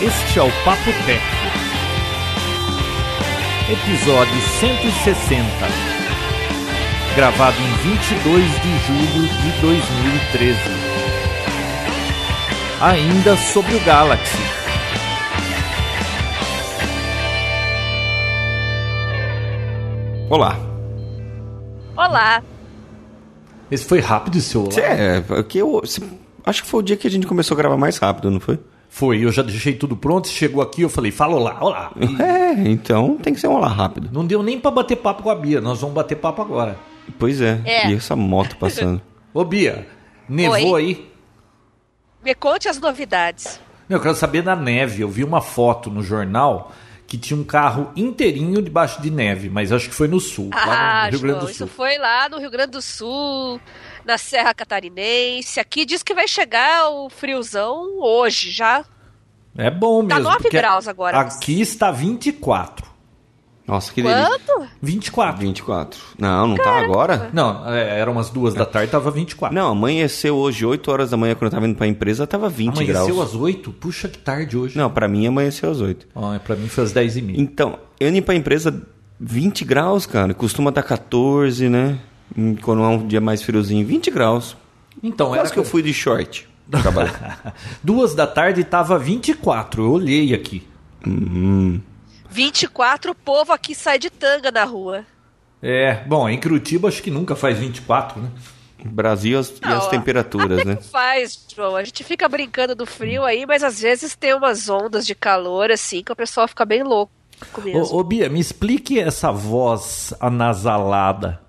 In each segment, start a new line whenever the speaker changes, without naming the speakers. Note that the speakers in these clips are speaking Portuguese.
Este é o Papo Técnico. Episódio 160. Gravado em 22 de julho de 2013. Ainda sobre o Galaxy. Olá.
Olá.
Esse foi rápido, seu olá?
É, porque eu, acho que foi o dia que a gente começou a gravar mais rápido, não foi?
Foi, eu já deixei tudo pronto, chegou aqui, eu falei, fala olá, olá. E
É, então tem que ser um olá rápido.
não deu nem pra bater papo com a Bia, nós vamos bater papo agora.
Pois é.
É.
E essa moto passando.
Ô Bia, nevou
Oi.
aí?
Me conte as novidades.
Não, Eu quero saber da neve. Eu vi uma foto no jornal que tinha um carro inteirinho debaixo de neve, mas acho que foi no sul, lá
Ah,
no Rio Grande
João,
do Sul.
isso foi lá no Rio Grande do Sul, na Serra Catarinense. Aqui diz que vai chegar o friozão hoje já.
É bom mesmo.
Tá nove
porque
graus agora.
Aqui está 24.
Nossa, que delícia. Ah,
Quanto?
24.
24. Não, não tá agora?
Não, é, era umas duas da tarde, tava 24.
Não, amanheceu hoje, 8 horas da manhã, quando eu tava indo pra empresa, tava 20
Amanheceu
graus.
às 8? Puxa, que tarde hoje.
Não, pra mim amanheceu às 8.
Ah, pra mim foi às 10 e meia.
Então, eu indo pra empresa 20 graus, cara. Costuma estar 14, né? Hum, Quando é um dia mais friozinho, 20 graus.
Então, era
Quase que eu fui de short. pra trabalhar.
duas da tarde tava 24. Eu olhei aqui.
24 o povo aqui sai de tanga na rua.
É, bom, em Curitiba acho que nunca faz 24, né?
Brasil as- e as
Não,
temperaturas,
até
né?
que faz, João. A gente fica brincando do frio aí, mas às vezes tem umas ondas de calor assim que o pessoal fica bem louco mesmo.
Ô, ô Bia, me explique essa voz anasalada.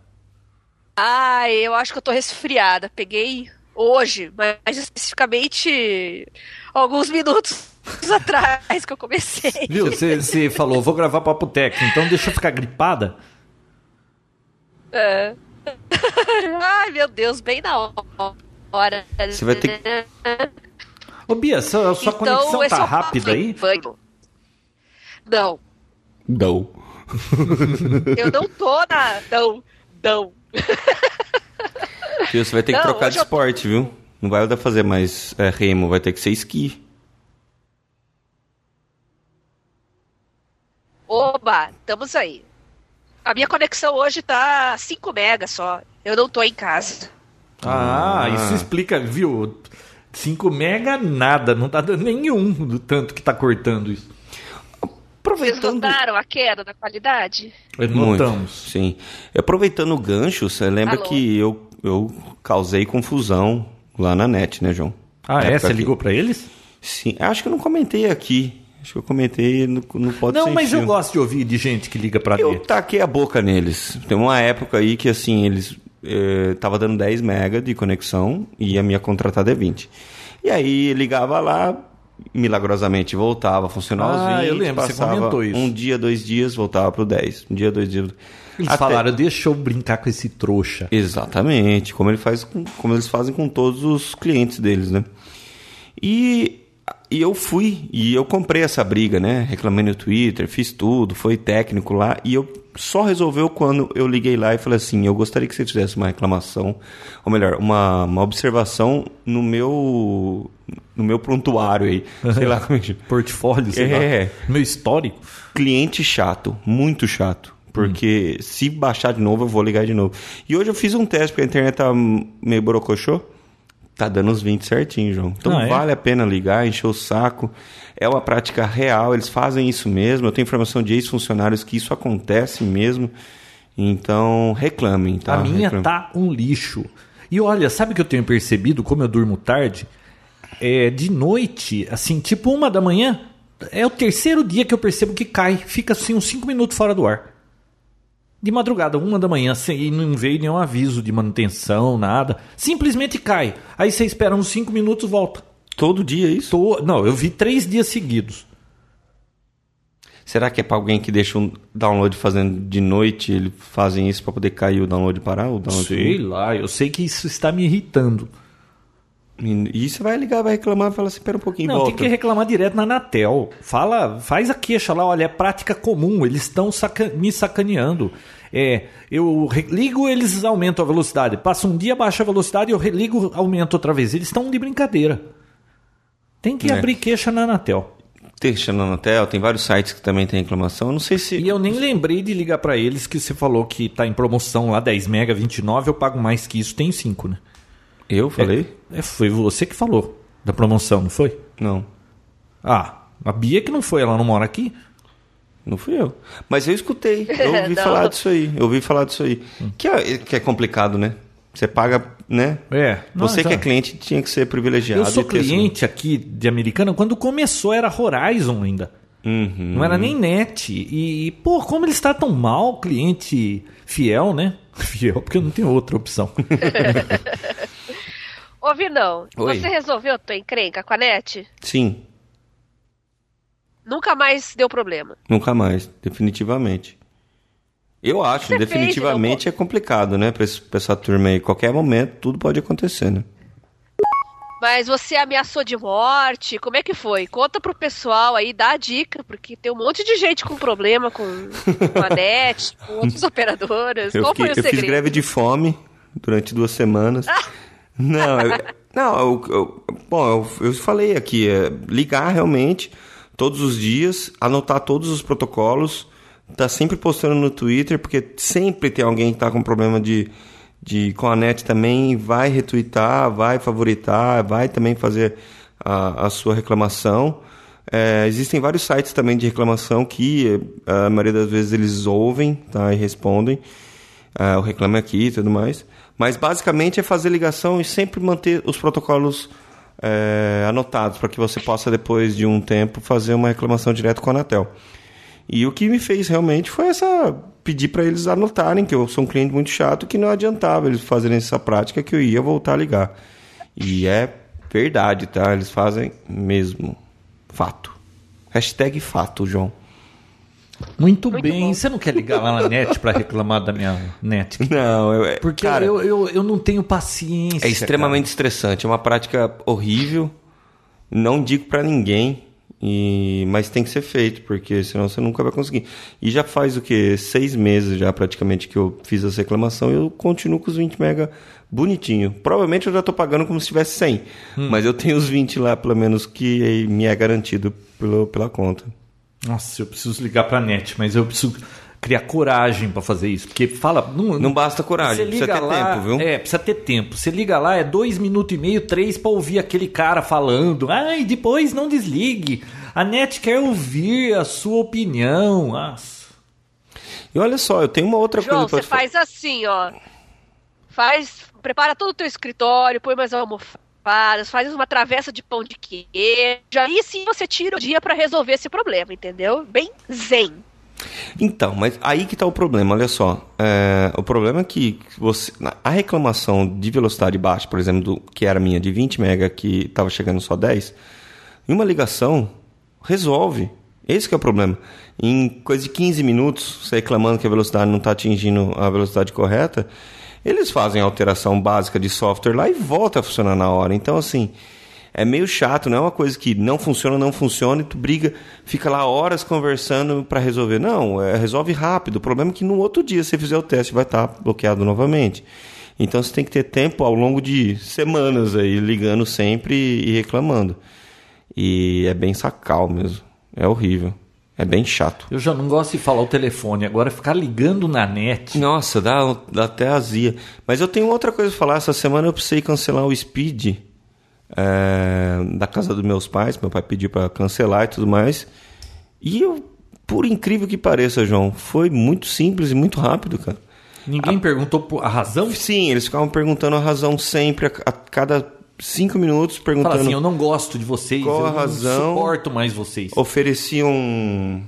Ah, eu acho que eu tô resfriada. Peguei hoje, mas especificamente alguns minutos atrás que eu comecei.
Viu? Você- Você falou, vou gravar papo técnico, então deixa eu ficar gripada.
Ai, meu Deus, bem na hora.
Você vai ter
Ô Bia, sua, sua conexão
esse
tá
é o papo
rápida aí?
Ivanho. Não,
Não.
eu não tô na. Não, não.
Fio, Você vai ter que
Não,
trocar
hoje
de
eu-
esporte, viu? Não vai dar pra fazer mais é, remo, vai ter que ser esqui.
Oba, estamos aí. A minha conexão hoje tá 5 mega só. Eu não tô em casa.
Ah,
Ah.
isso explica, viu? 5 mega nada, não tá dando nenhum do tanto que tá cortando isso.
Vocês
Aproveitando.
notaram a queda da qualidade?
Muito,
É, Notamos.
Sim. Aproveitando o gancho, você lembra
Alô?
que eu, eu causei confusão lá na net, né, João?
Ah,
Na
é?
época
Você
que-
ligou pra eles?
Sim. Acho que eu não comentei aqui. Acho que eu comentei no, no Pode
Não,
Sem
mas eu
Fio.
gosto de ouvir de gente que liga pra
Eu
dentro.
taquei a boca neles. Tem uma época aí que assim, eles eh, tava dando 10 mega de conexão e a minha contratada é 20. E aí ligava lá, milagrosamente voltava, funcionava
Ah,
os 20,
eu lembro, você
passava
comentou isso.
um dia, dois dias, voltava pro 10. Um dia, dois dias.
Eles
Até-
falaram, deixa eu brincar com esse trouxa.
Exatamente, como ele faz com- como eles fazem com todos os clientes deles, né? E, e eu fui e eu comprei essa briga, né? Reclamei no Twitter, fiz tudo, foi técnico lá e eu só resolveu quando eu liguei lá e falei assim, eu gostaria que você fizesse uma reclamação, ou melhor, uma, uma observação no meu no meu prontuário aí, sei lá como é que chama
Portfólio, sei
É.
lá. Meu histórico.
cliente chato, muito chato.
Hum.
Porque se baixar de novo, eu vou ligar de novo. E hoje eu fiz um teste, porque a internet tá meio borocochô. Tá dando uns 20 certinho, João. Então
Ah, é?
vale a pena ligar, encher o saco. É uma prática real, eles fazem isso mesmo. Eu tenho informação de ex-funcionários que isso acontece mesmo. Então, reclamem, tá?
a minha
Reclamem.
tá um lixo. E olha, sabe o que eu tenho percebido como eu durmo tarde? É de noite, assim, tipo uma da manhã, é o terceiro dia que eu percebo que cai. Fica assim uns cinco minutos fora do ar. De madrugada, uma da manhã, sem, e não veio nenhum aviso de manutenção, nada. Simplesmente cai. Aí você espera uns cinco minutos, volta.
Todo dia é isso?
Tô- não, eu vi três dias seguidos.
Será que é pra alguém que deixa um download fazendo de noite, eles fazem isso pra poder cair o download e parar? O download
Sei lá, eu sei que isso está me irritando.
E você vai ligar, vai reclamar, fala assim, pera um pouquinho,
Não,
volta.
tem que reclamar direto na Anatel. Fala, faz a queixa lá, olha, é prática comum, eles estão saca- me sacaneando. É, eu re- ligo, eles aumentam a velocidade. Passa um dia, baixa a velocidade, eu religo, aumento outra vez. Eles estão de brincadeira. Tem que
É.
abrir queixa na Anatel.
Tem Xananatel, tem vários sites que também tem reclamação. Eu não sei se.
E eu nem lembrei de ligar pra eles que você falou que tá em promoção lá 10 mega 29, eu pago mais que isso, tem 5, né?
Eu falei?
É, foi você que falou da promoção, não foi?
Não.
Ah, a Bia que não foi, ela não mora aqui?
Não fui eu. Mas eu escutei. Eu ouvi
Não.
falar disso aí. Eu ouvi falar disso aí.
Hum.
Que, é, que é complicado, né? Você paga, né?
É. Não,
Você
já-
que é cliente tinha que ser privilegiado.
Eu sou
e ter esse-
cliente aqui de Americana, quando começou era Horizon ainda.
Uhum.
Não era nem net. E, pô, como eles tratam mal o cliente fiel, né? Fiel, porque não tem outra opção.
Ô, Vinão,
Oi.
você resolveu tua encrenca com a NET?
Sim,
Nunca mais deu problema.
nunca mais. Definitivamente. Eu acho,
Depende,
definitivamente é
então,
complicado, né? Pra, esse- pra essa turma aí. Qualquer momento tudo pode acontecer, né?
Mas você ameaçou de morte? Como é que foi? Conta pro pessoal aí, dá a dica, porque tem um monte de gente com problema com, com a NET, com outras operadoras.
Eu,
Qual
fiquei-
foi o
eu fiz
segredo?
greve de fome durante duas semanas. não, eu, não, eu, eu- bom, eu, eu falei aqui, é, ligar realmente todos os dias, anotar todos os protocolos, tá sempre postando no Twitter, porque sempre tem alguém que tá com problema de, de com a net também, e vai retweetar, vai favoritar, vai também fazer a, a sua reclamação. É, existem vários sites também de reclamação que eh, a maioria das vezes eles ouvem tá, e respondem. Ah, o reclame aqui e tudo mais. Mas basicamente é fazer ligação e sempre manter os protocolos eh, anotados para que você possa, depois de um tempo, fazer uma reclamação direto com a Anatel. E o que me fez realmente foi essa pedir para eles anotarem que eu sou um cliente muito chato que não adiantava eles fazerem essa prática que eu ia voltar a ligar. E é verdade, tá? Eles fazem mesmo. Fato. Hashtag fato, João.
Muito,
Muito
bem.
bom.
Você não quer ligar lá na net pra reclamar da minha net?
Não, eu, é,
Porque
cara,
eu, eu, eu não tenho paciência.
É extremamente estressante, é uma prática horrível. Não digo pra ninguém, e- mas tem que ser feito, porque senão você nunca vai conseguir. E já faz o que? Seis meses já praticamente que eu fiz essa reclamação e eu continuo com os 20 mega bonitinho. Provavelmente eu já tô pagando como se tivesse 100,
Hum.
mas eu tenho os 20 lá pelo menos que me é garantido pelo, pela conta.
Cara. Nossa, eu preciso ligar pra net, mas eu preciso criar coragem pra fazer isso. Porque fala. Não,
Não basta coragem,
Você
Ah, precisa
liga
ter
lá,
tempo, viu?
É, precisa ter tempo. Você liga lá, é dois minutos e meio, três pra ouvir aquele cara falando. Ai, depois não desligue. A net quer ouvir a sua opinião. Nossa.
E olha só, eu tenho uma outra
João,
coisa pra
você
te falar.
faz assim, ó. Faz, prepara todo o teu escritório, põe umas almofadas, faz uma travessa de pão de queijo. Aí sim você tira o dia pra resolver esse problema, entendeu? Bem zen.
Então, mas aí que tá o problema, olha só. É, o problema é que você, na- a reclamação de velocidade baixa, por exemplo, do, que era minha de 20 mega, que estava chegando só 10, em uma ligação resolve. Esse que é o problema. Em coisa de 15 minutos, você reclamando que a velocidade não está atingindo a velocidade correta, eles fazem a alteração básica de software lá e volta a funcionar na hora. Então, assim, é meio chato, não é uma coisa que não funciona, não funciona e tu briga, fica lá horas conversando para resolver. Não, é, resolve rápido. O problema é que no outro dia, se você fizer o teste, vai estar bloqueado novamente. Então você tem que ter tempo ao longo de semanas aí, ligando sempre e reclamando. E é bem sacal mesmo. É horrível. É bem chato.
Eu já não gosto de falar o telefone. Agora é ficar ligando na net.
Nossa, dá, um, dá até azia. Mas eu tenho outra coisa pra falar. Essa semana eu precisei cancelar o Speed é, da casa dos meus pais. Meu pai pediu pra cancelar e tudo mais. E eu, por incrível que pareça, João, foi muito simples e muito rápido, cara.
Ninguém perguntou por- a razão.
Sim, eles ficavam perguntando a razão sempre, a, a cada cinco minutos, perguntando.
Fala assim, eu não gosto de vocês.
Qual
eu
a razão?
não suporto mais vocês.
ofereciam um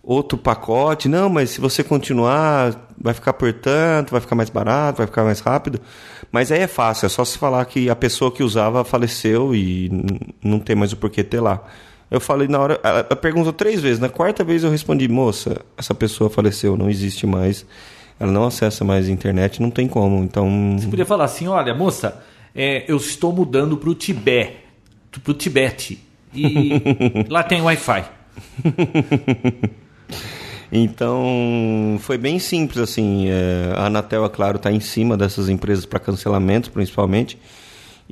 outro pacote. Não, mas se você continuar, vai ficar por tanto, vai ficar mais barato, vai ficar mais rápido. Mas aí é fácil, é só se falar que a pessoa que usava faleceu e n- não tem mais o porquê ter lá. Eu falei na hora, ela ela perguntou três vezes. Na quarta vez eu respondi, moça, essa pessoa faleceu, não existe mais. Ela não acessa mais a internet, não tem como. Então,
Você podia falar assim, olha, moça, é, eu estou mudando pro Tibete. Pro Tibete. E lá tem Wi-Fi.
Então, foi bem simples, tá assim. é, a Anatel, é claro, está em cima dessas empresas para cancelamentos, principalmente.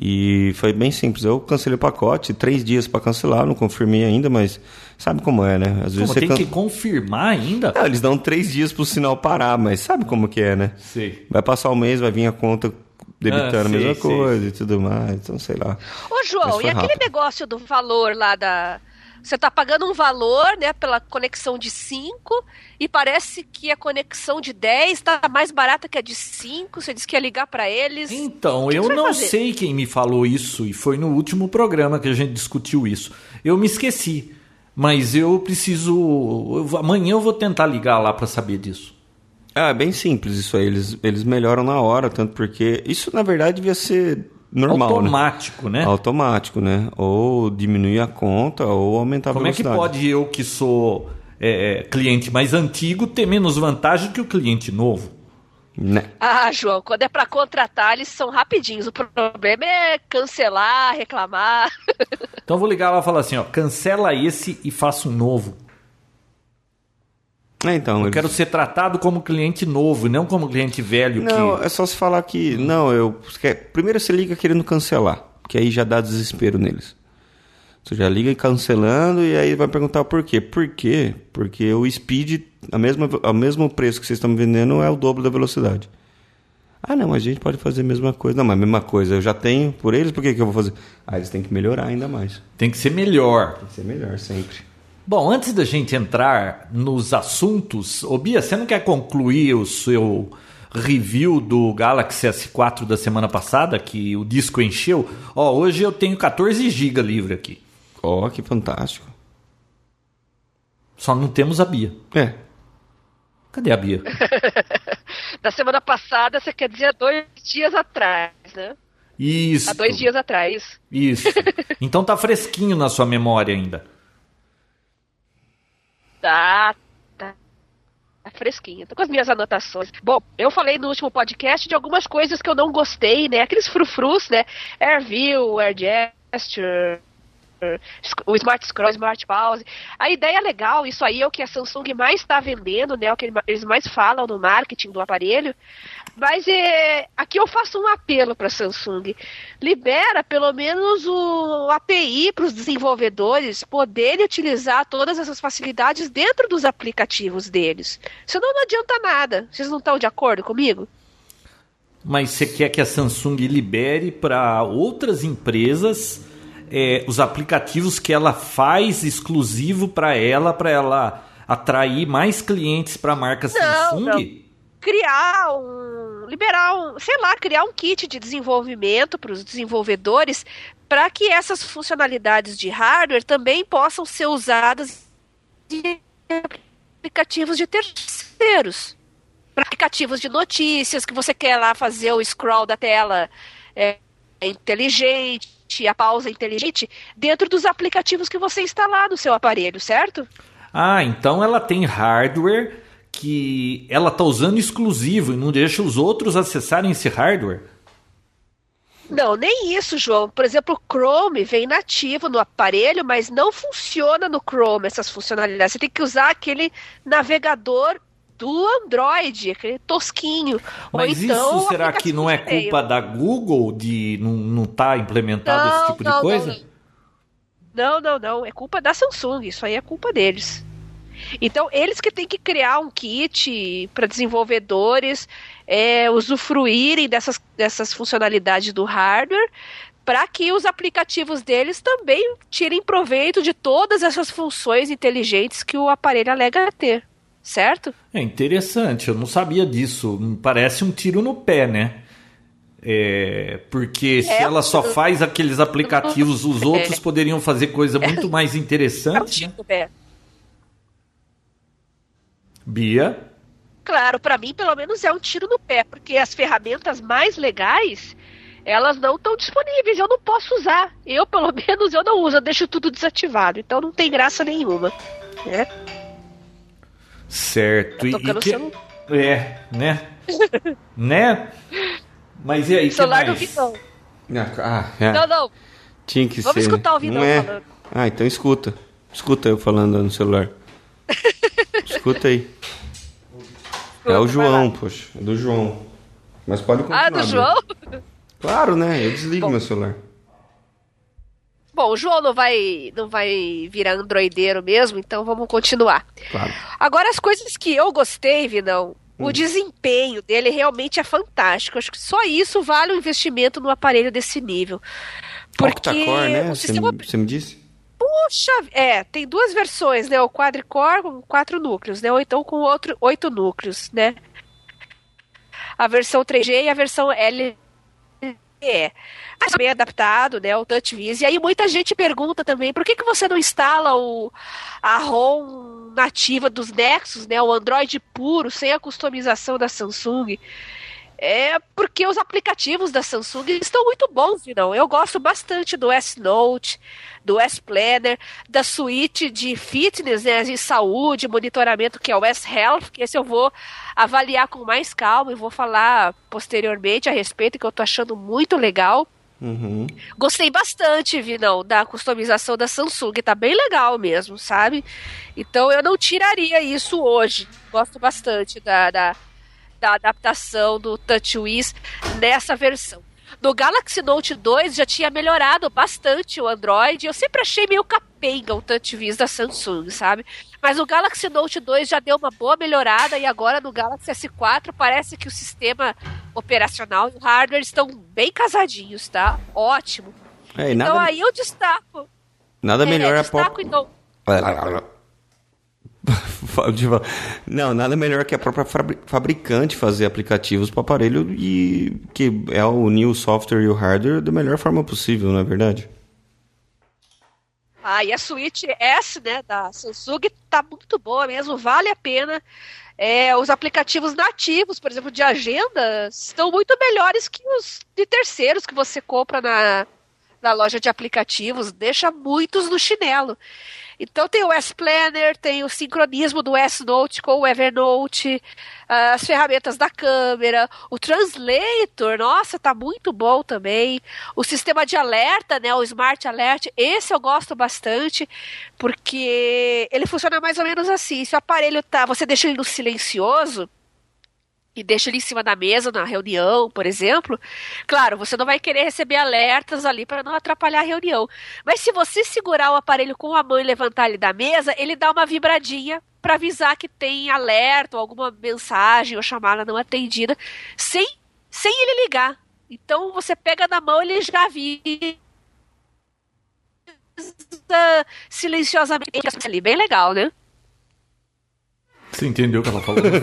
E foi bem simples. Eu cancelei o pacote, três dias para cancelar, não confirmei ainda, mas sabe como é, né? Às
Como,
vezes você
tem
can-
que confirmar ainda?
Não, eles dão três dias pro sinal parar, mas sabe como que é, né?
Sei.
Vai passar um mês, vai vir a conta debitando
Ah,
a
sei,
mesma
sei.
coisa e tudo mais. Então, sei lá.
Ô,
Mas
João,
foi
e aquele
rápido.
negócio do valor lá da. Você tá pagando um valor, né, pela conexão de 5 e parece que a conexão de 10 tá mais barata que a de 5. Você disse que ia ligar pra eles.
Então,
que
eu
você vai
não
fazer?
sei quem me falou isso e foi no último programa que a gente discutiu isso. Eu me esqueci, mas eu preciso. eu vou- amanhã eu vou tentar ligar lá pra saber disso.
Ah, é bem simples isso aí. Eles, eles melhoram na hora, tanto porque. Isso, na verdade, devia ser normal.
Automático, né?
Né? Automático, né? Ou diminuir a conta ou aumentar a
Como é que
velocidade.
pode eu, que sou é, é, cliente mais antigo, ter menos vantagem que o cliente novo?
Né?
Ah, João, quando é pra contratar, eles são rapidinhos. O problema é cancelar, reclamar.
Então eu vou ligar lá e falar assim: ó, cancela esse e faça um novo.
É, então,
Eu
eles-
quero ser tratado como cliente novo, e não como cliente velho.
Não,
que...
é só se falar que. Não, eu. que- Primeiro você liga querendo cancelar, que aí já dá desespero neles. Você já liga e cancelando e aí vai perguntar por quê. Por quê? Porque o speed, a mesma, o mesmo preço que vocês estão vendendo é o dobro da velocidade. Ah, não, a gente pode fazer a mesma coisa. Não, mas a mesma coisa, eu já tenho por eles, por que, que eu vou fazer? Ah, eles têm que melhorar ainda mais.
Tem que ser melhor.
Tem que ser melhor sempre.
Bom, antes da gente entrar nos assuntos, ô Bia, você não quer concluir o seu review do Galaxy S4 da semana passada, que o disco encheu? Ó, hoje eu tenho 14 GB livre aqui.
Ó, que fantástico.
Só não temos a Bia.
É.
Cadê a Bia?
Da semana passada, você quer dizer há dois dias atrás, né?
Isso.
Há dois dias atrás.
Isso. Então tá fresquinho na sua memória ainda.
Tá, tá. Tá fresquinho. Tô com as minhas anotações. Bom, eu falei no último podcast de algumas coisas que eu não gostei, né? Aqueles frufrus, né? AirView, AirGesture, o Smart Scroll, Smart Pause. A ideia é legal, isso aí é o que a Samsung mais está vendendo, né? O que eles mais falam no marketing do aparelho. Mas é, aqui eu faço um apelo para a Samsung. Libera pelo menos o API para os desenvolvedores poderem utilizar todas essas facilidades dentro dos aplicativos deles. Senão não adianta nada. Vocês não estão de acordo comigo?
Mas você quer que a Samsung libere para outras empresas é, os aplicativos que ela faz exclusivo para ela, para ela atrair mais clientes para a marca Samsung?
Criar um. Liberar um. Sei lá, criar um kit de desenvolvimento para os desenvolvedores para que essas funcionalidades de hardware também possam ser usadas em aplicativos de terceiros. para aplicativos de notícias que você quer lá fazer o scroll da tela é, inteligente, a pausa inteligente, dentro dos aplicativos que você instalar no seu aparelho, certo?
Ah, então ela tem hardware que ela tá usando exclusivo e não deixa os outros acessarem esse hardware?
Não, nem isso, João. Por exemplo, o Chrome vem nativo no aparelho, mas não funciona no Chrome essas funcionalidades. Você tem que usar aquele navegador do Android, aquele tosquinho.
Mas
Ou então,
isso
o
será que não é
aplicativo de
culpa da Google de não não tá implementado esse
Não,
tipo de
não, não,
coisa?
Não, não, não. É culpa da Samsung. Isso aí é culpa deles. Então, eles que têm que criar um kit para desenvolvedores é, usufruírem dessas, dessas funcionalidades do hardware para que os aplicativos deles também tirem proveito de todas essas funções inteligentes que o aparelho alega ter, certo?
É interessante, eu não sabia disso. Hum, Parece um tiro no pé, né? É, porque se
É,
ela só faz aqueles aplicativos, os outros poderiam fazer coisa muito mais
É um
interessante.
tiro
né?
no pé.
Bia,
Claro, para mim pelo menos é um tiro no pé, porque as ferramentas mais legais, elas não estão disponíveis, eu não posso usar. Eu pelo menos eu não uso, eu deixo tudo desativado, então não tem graça nenhuma. né?
certo. E,
Tá Tocando
e
o
que...
celular.
É, né? né? Mas e aí,
O
que
celular do
mais?
Vitão.
Ah, é.
Não, não,
Tinha que
Então, Vamos
ser.
escutar o Vidal
Não é.
falando.
Ah, então escuta. Escuta eu falando no celular. escuta aí. é o
Escuta, vai
João, poxa. É do João. É Mas pode continuar.
Ah, do
né?
João?
Claro, né? Eu desligo
Bom.
meu celular.
Bom, o João não vai, não vai virar androideiro mesmo, então vamos continuar.
Claro.
Agora, as coisas que eu gostei, Vinão, o desempenho dele realmente é fantástico. Acho que só isso vale o investimento num aparelho desse nível. Porque
Octa-core, né?
o
Você
sistema.
me- você me disse?
Puxa, é, tem duas versões, né? O quadricore com quatro núcleos, né? Ou então com outro, oito núcleos, né? A versão 3G e a versão LTE. Mas bem adaptado, né? O TouchWiz. E aí muita gente pergunta também, por que, que você não instala o, a ROM nativa dos Nexus, né? O Android puro, sem a customização da Samsung. É porque os aplicativos da Samsung estão muito bons, não? Eu gosto bastante do S Note, do S-Planner, da suíte de fitness, né, de saúde, monitoramento, que é o S-Health, que esse eu vou avaliar com mais calma e vou falar posteriormente a respeito, que eu tô achando muito legal.
Uhum.
Gostei bastante, Vinão, da customização da Samsung, tá bem legal mesmo, sabe? Então eu não tiraria isso hoje. Gosto bastante da, da, da adaptação do TouchWiz nessa versão. No Galaxy Note 2 já tinha melhorado bastante o Android. Eu sempre achei meio capenga o TouchWiz da Samsung, sabe? Mas o Galaxy Note 2 já deu uma boa melhorada e agora no Galaxy S4 parece que o sistema operacional e o hardware estão bem casadinhos, tá? Ótimo.
É, e
Então
nada,
aí eu destaco.
nada
É,
melhor a
destaco,
própria.
então,
Fala de volta. Não, nada melhor que a própria fabri- fabricante fazer aplicativos para aparelho e que é unir o software e o hardware da melhor forma possível, não é verdade?
Ah, e a suíte S, né, da Samsung tá muito boa mesmo, vale a pena. É, os aplicativos nativos, por exemplo, de agenda, estão muito melhores que os de terceiros que você compra na, na loja de aplicativos, deixa muitos no chinelo. Então tem o S-Planner, tem o sincronismo do S-Note com o Evernote, ah, as ferramentas da câmera, o Translator, nossa, tá muito bom também. O sistema de alerta, né, o Smart Alert, esse eu gosto bastante, porque ele funciona mais ou menos assim. Se o aparelho tá, você deixa ele no silencioso e deixa ele em cima da mesa na reunião, por exemplo, claro, você não vai querer receber alertas ali para não atrapalhar a reunião. Mas se você segurar o aparelho com a mão e levantar ele da mesa, ele dá uma vibradinha para avisar que tem alerta ou alguma mensagem ou chamada não atendida, sem sem ele ligar. Então você pega na mão ele já avisa silenciosamente ali. Bem legal, né?
Você entendeu o que ela falou? no fim?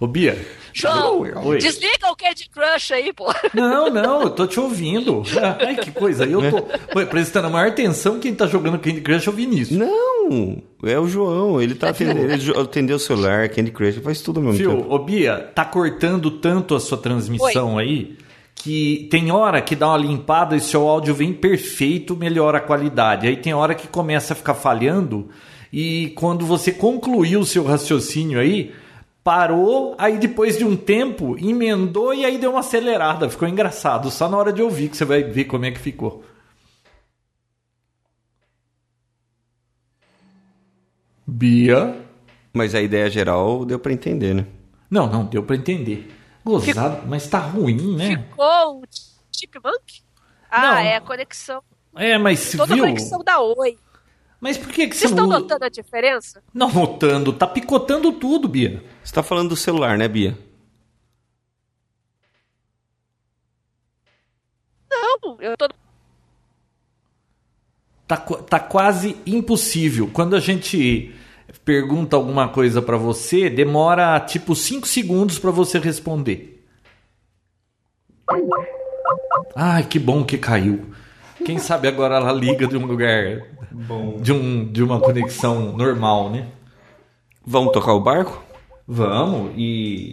Ô, Bia.
João,
Oi.
desliga o Candy Crush aí, pô.
Não, não, eu tô te ouvindo. Ai, que coisa. Eu tô Ué, prestando a maior atenção quem tá jogando Candy Crush é o Vinícius.
Não, é o João, ele tá atendendo, ele jo- atendeu o celular, Candy Crush, ele faz tudo ao mesmo tempo.
Fio, ô Bia, tá cortando tanto a sua transmissão aí que tem hora que dá uma limpada e seu áudio vem perfeito, melhora a qualidade. Aí tem hora que começa a ficar falhando e quando você concluiu o seu raciocínio aí, parou, aí depois de um tempo emendou e aí deu uma acelerada. Ficou engraçado, só na hora de ouvir que você vai ver como é que ficou. Bia
Mas a ideia geral deu pra entender, né?
não, não, deu pra entender. Gozado, mas tá ruim, né?
Ficou o Chipmunk? Ah,
Não.
é a conexão.
É, mas
Toda a
viu?
conexão da Oi.
Mas por que que você
Vocês estão
não... usa-
notando a diferença?
Não notando, tá picotando tudo, Bia.
Você tá falando do celular, né, Bia?
Não, eu tô.
Tá, qu- tá quase impossível. Quando a gente pergunta alguma coisa pra você, demora tipo 5 segundos pra você responder. Ai, que bom que caiu. Quem sabe agora ela liga de um lugar. De, um, de uma conexão normal, né?
Vamos tocar o barco?
Vamos e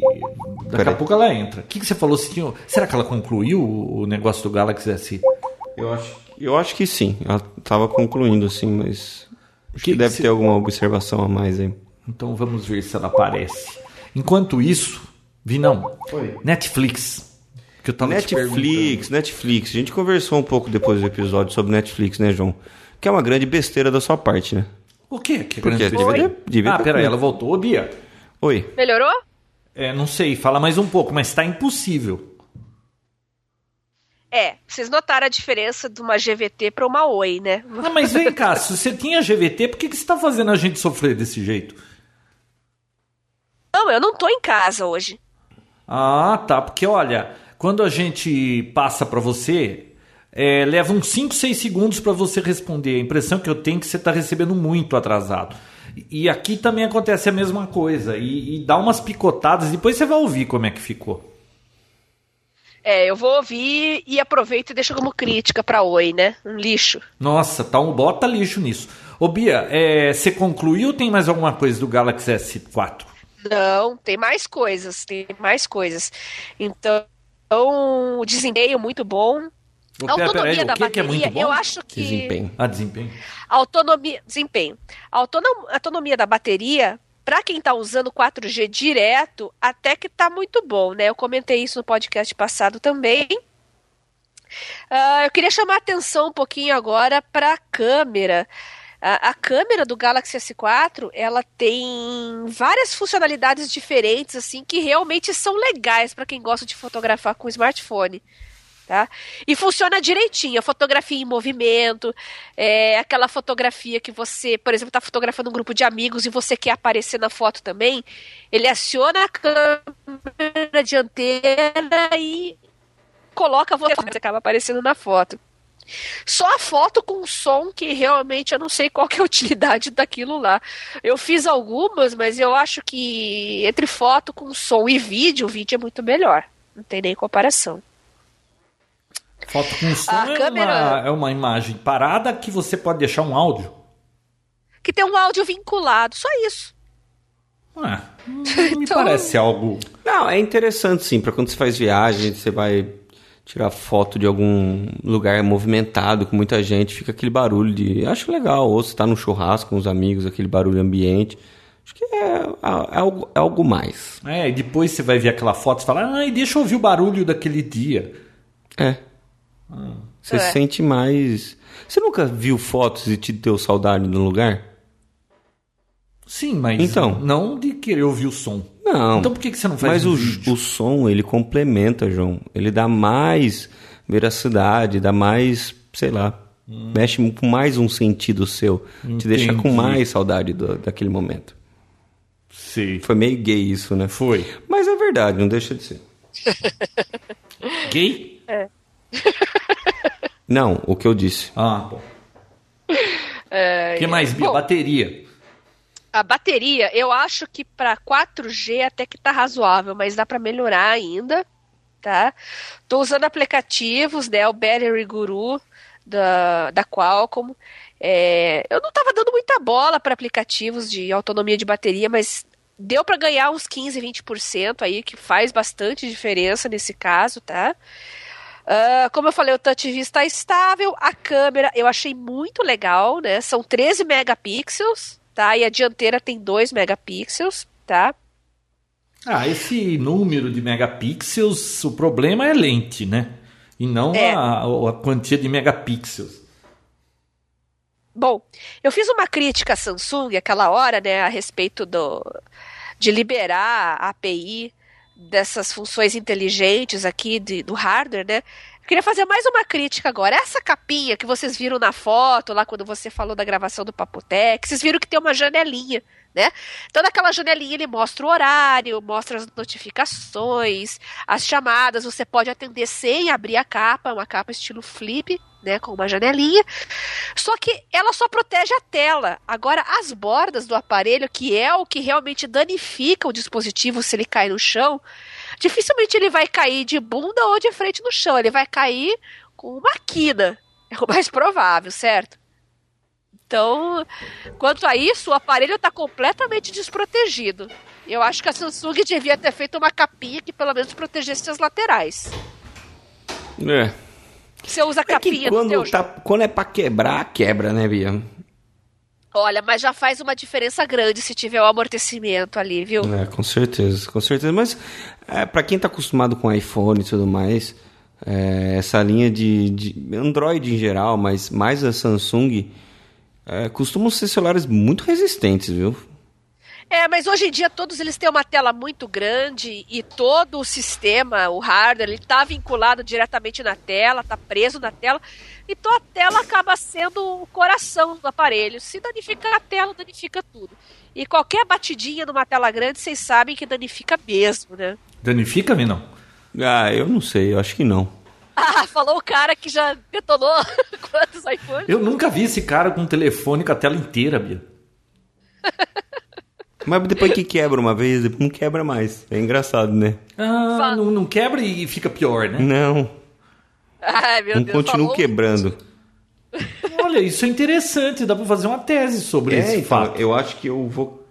daqui
Peraí.
a pouco ela entra. O que, que você falou, Citinho? Será que ela concluiu o o negócio do Galaxy S?
Eu acho, eu acho que sim. Ela tava concluindo assim, mas acho que,
Que-
deve
se-
ter alguma observação a mais aí.
Então vamos ver se ela aparece. Enquanto isso, Vinão,
Oi.
Netflix. Que eu tava te perguntando.
Netflix, Netflix. A gente conversou um pouco depois do episódio sobre Netflix, né, João? Que é uma grande besteira da sua parte, né?
O quê? que?
Porque
grande
devia-
coisa?
devia
ah,
ter
peraí,
comido.
ela voltou. Ô, Bia,
Oi.
Melhorou?
é, não sei, fala mais um pouco, mas tá impossível.
É, vocês notaram a diferença de uma GVT para uma Oi, né?
Ah, mas vem cá, se você tinha GVT, por que, que você tá fazendo a gente sofrer desse jeito?
Não, eu não tô em casa hoje.
Ah, tá, porque olha, quando a gente passa para você, é, leva uns 5, 6 segundos para você responder. A impressão que eu tenho é que você está recebendo muito atrasado. E aqui também acontece a mesma coisa. E, e dá umas picotadas, depois você vai ouvir como é que ficou.
É, eu vou ouvir e aproveito e deixo como crítica para Oi, né? Um lixo.
Nossa, tá um bota lixo nisso. Ô Bia, é, você concluiu ou tem mais alguma coisa do Galaxy S4?
Não, tem mais coisas, tem mais coisas. Então, o desempenho muito bom, a autonomia
Pera,
da
o que que é
bateria,
muito bom?
eu acho que.
Desempenho.
Ah, desempenho.
A autonomia. Desempenho. A autonom- autonomia da bateria, para quem tá usando 4G direto, até que tá muito bom, né? Eu comentei isso no podcast passado também. Ah, eu queria chamar a atenção um pouquinho agora para a câmera. A, a câmera do Galaxy S4, ela tem várias funcionalidades diferentes, assim, que realmente são legais para quem gosta de fotografar com smartphone. Tá? E funciona direitinho, a fotografia em movimento, é aquela fotografia que você, por exemplo, está fotografando um grupo de amigos e você quer aparecer na foto também, ele aciona a câmera dianteira e coloca você, você acaba aparecendo na foto. Só a foto com som que realmente eu não sei qual que é a utilidade daquilo lá. Eu fiz algumas, mas eu acho que entre foto com som e vídeo, o vídeo é muito melhor. Não tem nem comparação.
Foto com som
A
é,
câmera-
uma, é uma imagem parada que você pode deixar um áudio.
Que tem um áudio vinculado, só isso.
Ué, não me
Então-
parece algo.
Não, é interessante sim, para quando você faz viagem, você vai tirar foto de algum lugar movimentado com muita gente, fica aquele barulho de, acho legal, ou você tá num churrasco com os amigos, aquele barulho ambiente. Acho que é, a- é algo, é algo mais.
É, e depois você vai ver aquela foto e fala, ai, deixa eu ouvir o barulho daquele dia.
É. Você
É.
sente mais. Você nunca viu fotos e te deu saudade de um lugar?
Sim, mas
Então.
não de querer ouvir o som.
Não.
Então por que, que você não faz
Mas
um
o,
vídeo?
o som, ele complementa, João. Ele dá mais veracidade, dá mais, sei lá, mexe com mais um sentido seu. Te deixa com
Hum. Entendi.
mais saudade do- daquele momento.
Sei.
Foi meio gay isso, né?
Foi.
Mas é verdade, não deixa de ser.
Gay?
Não, o que eu disse.
Ah, bom. O que mais, Bia?
É, Bom.
Bateria.
A bateria, eu acho que para 4G até que tá razoável, mas dá para melhorar ainda, tá? Tô usando aplicativos, né? O Battery Guru da, da Qualcomm. É, eu não tava dando muita bola para aplicativos de autonomia de bateria, mas deu para ganhar uns 15, 20% aí, que faz bastante diferença nesse caso, tá? Ah, como eu falei, o Touch View está estável. A câmera eu achei muito legal, né? São 13 megapixels, tá? E a dianteira tem 2 megapixels, tá?
Ah, esse número de megapixels, o problema é lente, né? E não
É.
a, a quantia de megapixels.
Bom, eu fiz uma crítica à Samsung aquela hora, né, a respeito do de liberar a API dessas funções inteligentes aqui de- do hardware, né? Eu queria fazer mais uma crítica agora. Essa capinha que vocês viram na foto, lá quando você falou da gravação do Papotec, vocês viram que tem uma janelinha, né? Então naquela janelinha ele mostra o horário, mostra as notificações, as chamadas, você pode atender sem abrir a capa, uma capa estilo flip, né, com uma janelinha. Só que ela só protege a tela. Agora, as bordas do aparelho, que é o que realmente danifica o dispositivo se ele cai no chão, dificilmente ele vai cair de bunda ou de frente no chão. Ele vai cair com uma quina. É o mais provável, certo? Então, quanto a isso, o aparelho está completamente desprotegido. Eu acho que a Samsung devia ter feito uma capinha que pelo menos protegesse as laterais.
É.
Você usa a
É que
capinha do teu
quando, tá, quando é pra quebrar, quebra, né, Bia?
Olha, mas já faz uma diferença grande se tiver o amortecimento ali, viu?
É, com certeza, com certeza. Mas é, para quem tá acostumado com iPhone e tudo mais, é, essa linha de, de Android em geral, mas mais a Samsung, é, costumam ser celulares muito resistentes, viu?
É, mas hoje em dia todos eles têm uma tela muito grande e todo o sistema, o hardware, ele tá vinculado diretamente na tela, tá preso na tela. Então a tela acaba sendo o coração do aparelho. Se danifica a tela, danifica tudo. E qualquer batidinha numa tela grande, vocês sabem que danifica mesmo, né?
Danifica, Vinão?
Ah, eu não sei, eu acho que não.
Ah, falou o cara que já detonou quantos iPhones?
Eu nunca vi esse cara com um telefone com a tela inteira, Bia.
Mas depois que quebra uma vez, depois não quebra mais. É engraçado, né?
Ah,
Fa-
não, não quebra e fica pior, né?
Não,
Ai, É. meu
não
Deus.
Um continua
falou-
quebrando.
Olha, isso é interessante, dá pra fazer uma tese sobre
É,
esse
então,
fato.
eu acho que eu vou.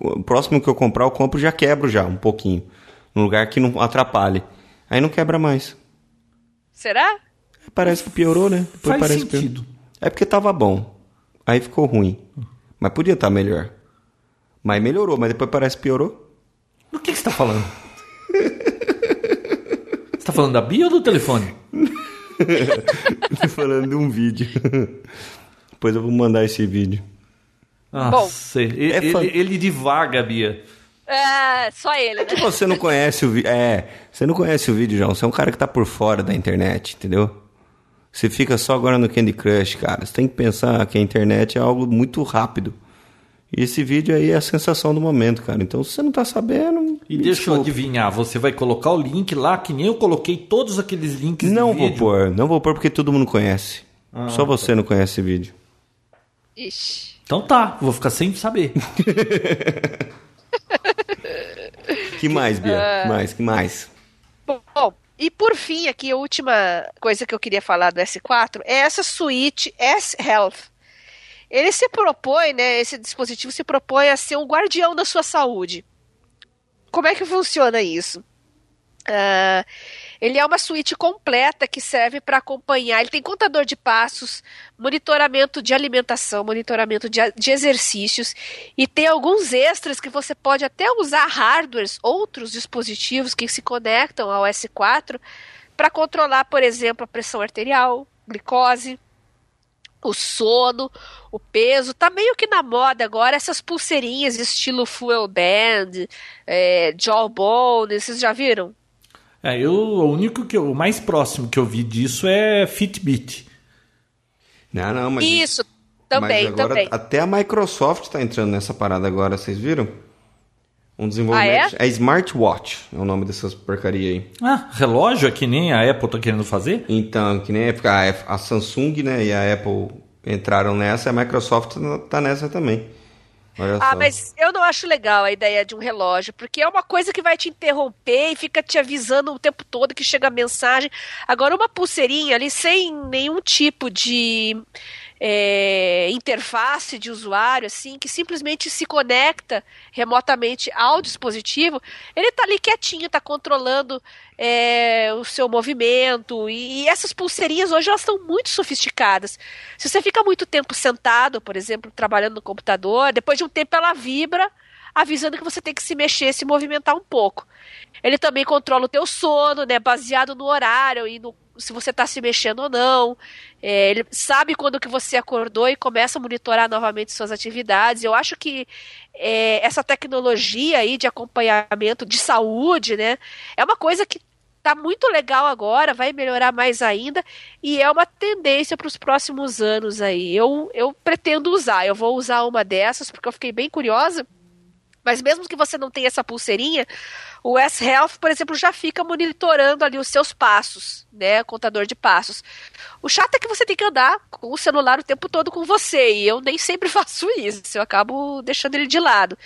O próximo que eu comprar, eu compro e já quebro já um pouquinho. Num lugar que não atrapalhe. Aí não quebra mais.
Será?
Parece que piorou, né? Depois
Faz
parece que piorou.
sentido.
É porque tava bom. Aí ficou ruim. Mas podia estar melhor. Mas melhorou, mas depois parece que piorou.
Do que, que você tá falando? você tá falando da Bia ou do telefone?
Tô falando de um vídeo. depois eu vou mandar esse vídeo.
Nossa, ele,
é fan-
ele- ele divaga, Bia.
É, só ele, né?
Se você não conhece o vídeo. É, você não conhece o vídeo, João. Você é um cara que tá por fora da internet, entendeu? Você fica só agora no Candy Crush, cara. Você tem que pensar que a internet é algo muito rápido. E esse vídeo aí é a sensação do momento, cara. Então, se você não tá sabendo.
E
me
deixa eu
desculpa.
adivinhar, você vai colocar o link lá, que nem eu coloquei todos aqueles links
Não
de
vou
vídeo.
pôr, não vou pôr porque todo mundo conhece. só você não conhece esse vídeo.
Ixi.
Então tá, vou ficar sem saber.
Que mais,
ah.
Bia? Que mais? Que mais?
Bom, bom, e por fim, aqui a última coisa que eu queria falar do S4 é essa suíte S-Health. Ele se propõe, né? Esse dispositivo se propõe a ser um guardião da sua saúde. Como é que funciona isso? Ah, ele é uma suíte completa que serve para acompanhar. Ele tem contador de passos, monitoramento de alimentação, monitoramento de, a- de exercícios e tem alguns extras que você pode até usar hardwares, outros dispositivos que se conectam ao S4 para controlar, por exemplo, a pressão arterial, glicose, o sono, o peso. Tá meio que na moda agora essas pulseirinhas estilo Fuel Band, é, Jawbone, vocês já viram?
É, eu, o único que eu, o mais próximo que eu vi disso é Fitbit.
Não, não, mas.
Isso, também,
mas agora
também.
Até a Microsoft tá entrando nessa parada agora, vocês viram? Um desenvolvimento.
Ah,
é? Smartwatch, é o nome dessas porcaria aí.
Ah, relógio é que nem a Apple tá querendo fazer?
Então, que nem a, a- a Samsung, né, e a Apple entraram nessa, a Microsoft tá nessa também. Olha
Ah,
só.
mas eu não acho legal a ideia de um relógio, porque é uma coisa que vai te interromper e fica te avisando o tempo todo que chega a mensagem. Agora, uma pulseirinha ali sem nenhum tipo de é, interface de usuário, assim, que simplesmente se conecta remotamente ao dispositivo, ele tá ali quietinho, tá controlando é, o seu movimento. E, e essas pulseirinhas hoje elas estão muito sofisticadas. Se você fica muito tempo sentado, por exemplo, trabalhando no computador, depois de um tempo ela vibra, avisando que você tem que se mexer, se movimentar um pouco. Ele também controla o teu sono, né, baseado no horário e no se você está se mexendo ou não. É, ele sabe quando que você acordou e começa a monitorar novamente suas atividades. Eu acho que é, essa tecnologia aí de acompanhamento de saúde, né, é uma coisa que tá muito legal agora, vai melhorar mais ainda e é uma tendência para os próximos anos aí. Eu, eu pretendo usar, eu vou usar uma dessas porque eu fiquei bem curiosa. Mas mesmo que você não tenha essa pulseirinha, o S-Health, por exemplo, já fica monitorando ali os seus passos, né? Contador de passos. O chato é que você tem que andar com o celular o tempo todo com você, e eu nem sempre faço isso, eu acabo deixando ele de lado.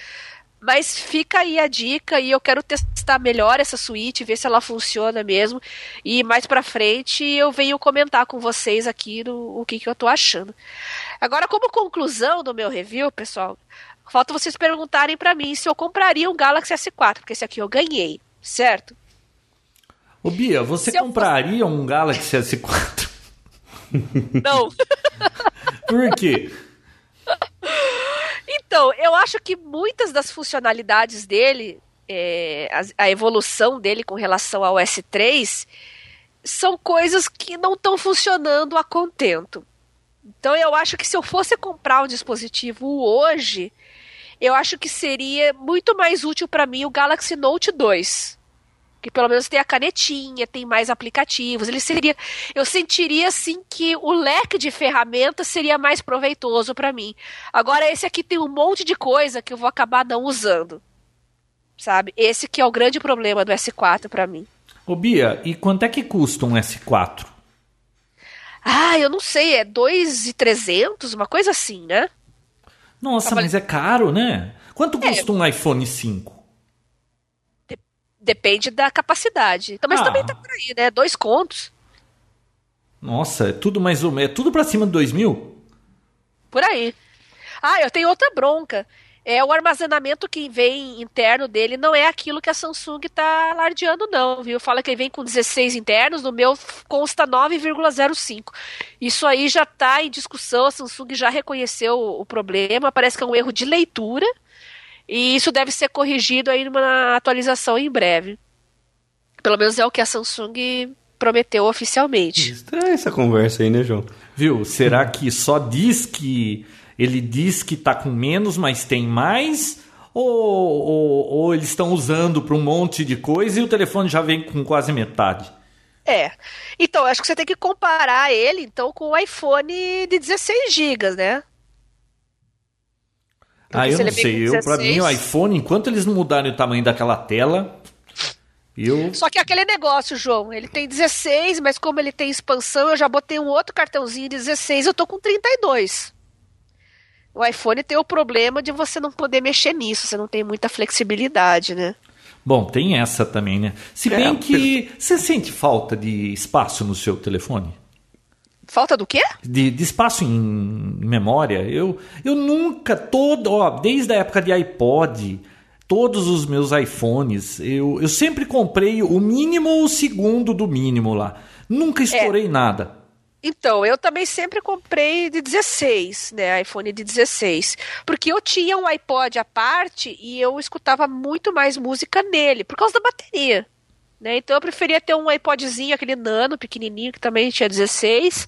Mas fica aí a dica e eu quero testar melhor essa suíte, ver se ela funciona mesmo. E mais pra frente eu venho comentar com vocês aqui no- o que, que eu tô achando. Agora, como conclusão do meu review, pessoal, falta vocês perguntarem pra mim se eu compraria um Galaxy S4, porque esse aqui eu ganhei, certo?
Ô Bia, você
Se eu fosse-
compraria um Galaxy S4?
Não.
Por quê?
Então, eu acho que muitas das funcionalidades dele, é, as- a, evolução dele com relação ao S3, são coisas que não estão funcionando a contento. Então, eu acho que se eu fosse comprar um dispositivo hoje, eu acho que seria muito mais útil para mim o Galaxy Note 2. Que pelo menos tem a canetinha, tem mais aplicativos. Ele seria. Eu sentiria assim que o leque de ferramentas seria mais proveitoso para mim. Agora, esse aqui tem um monte de coisa que eu vou acabar não usando. Sabe? Esse que é o grande problema do S4 para mim.
Ô Bia, e quanto é que custa um S4?
Ah, eu não sei, é 2,300, uma coisa assim, né?
Nossa, mas é caro, né? Quanto
É.
custa um iPhone 5?
De- Depende da capacidade. Então, mas
Ah.
também tá por aí, né? Dois contos.
Nossa, é tudo mais ou menos. É tudo pra cima de 2 mil?
Por aí. Ah, eu tenho outra bronca. É o armazenamento que vem interno dele não é aquilo que a Samsung tá alardeando, não, viu? Fala que ele vem com 16 internos, no meu consta 9,05. Isso aí já tá em discussão, a Samsung já reconheceu o o problema, parece que é um erro de leitura, e isso deve ser corrigido aí numa atualização em breve. Pelo menos é o que a Samsung prometeu oficialmente.
Estranha essa conversa aí, né, João?
Viu? Será
Uhum.
que só diz que. Ele diz que tá com menos, mas tem mais? Ou, ou- ou eles estão usando pra um monte de coisa e o telefone já vem com quase metade?
É. Então, acho que você tem que comparar ele, então, com o iPhone de 16 GB, né? Porque
ah, eu
se
não
ele vem
sei.
com
Eu, pra mim, o
16.
iPhone, enquanto eles não mudarem o tamanho daquela tela, eu.
Só que é aquele negócio, João, ele tem 16, mas como ele tem expansão, eu já botei um outro cartãozinho de 16, eu tô com 32. O iPhone tem o problema de você não poder mexer nisso, você não tem muita flexibilidade, né?
Bom, tem essa também, né? Se
É,
bem que. Você sente falta de espaço no seu telefone?
Falta do quê?
de, de espaço em memória. Eu, eu nunca, todo, ó, desde a época de iPod, todos os meus iPhones, eu, eu sempre comprei o mínimo ou o segundo do mínimo lá. Nunca estourei nada.
Então, eu também sempre comprei de 16, né? iPhone de 16. Porque eu tinha um iPod à parte e eu escutava muito mais música nele, por causa da bateria. Né? Então eu preferia ter um iPodzinho, aquele nano pequenininho, que também tinha 16.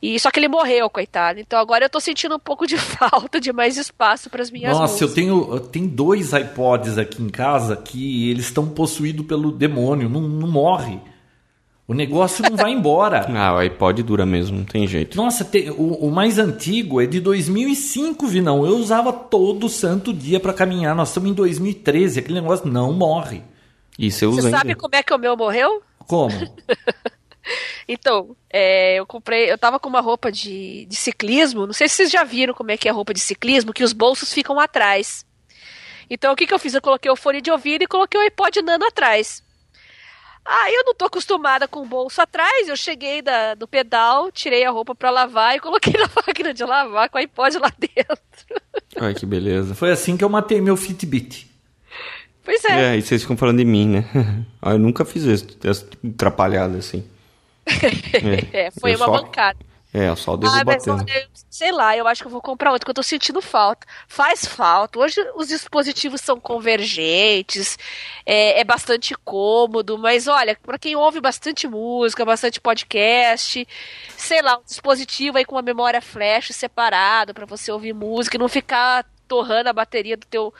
E só que ele morreu, coitado. Então agora eu tô sentindo um pouco de falta de mais espaço para as minhas
Nossa, eu
músicas.
tenho, eu tenho dois iPods aqui em casa que eles estão possuídos pelo demônio, não, não morre. O negócio não vai embora.
Ah, o iPod dura mesmo, não tem jeito.
Nossa, te- o, o mais antigo é de 2005, Vinão. Eu usava todo santo dia pra caminhar. Nós estamos em 2013, aquele negócio não morre.
E você usa
Você
ainda?
sabe como é que o meu morreu?
Como?
Então, é, eu comprei, eu tava com uma roupa de, de ciclismo, não sei se vocês já viram como é que é a roupa de ciclismo, que os bolsos ficam atrás. Então, o que que eu fiz? Eu coloquei o fone de ouvido e coloquei o iPod Nano atrás. Ah, eu não tô acostumada com o bolso atrás, eu cheguei da, do pedal, tirei a roupa pra lavar e coloquei na máquina de lavar com o iPod lá dentro.
Ai, que beleza.
Foi assim que eu matei meu Fitbit.
Pois é.
É, e vocês ficam falando de mim, né? Ah, eu nunca fiz isso, essa atrapalhada assim.
É, foi
eu
uma
só-
bancada.
É, eu só
Ah,
derrubo a
mas
tela.
olha, eu- sei lá, eu acho que eu vou comprar outro, que eu tô sentindo falta. Faz falta. Hoje os dispositivos são convergentes, é, é bastante cômodo, mas olha, pra quem ouve bastante música, bastante podcast, sei lá, um dispositivo aí com uma memória flash separado pra você ouvir música e não ficar torrando a bateria do teu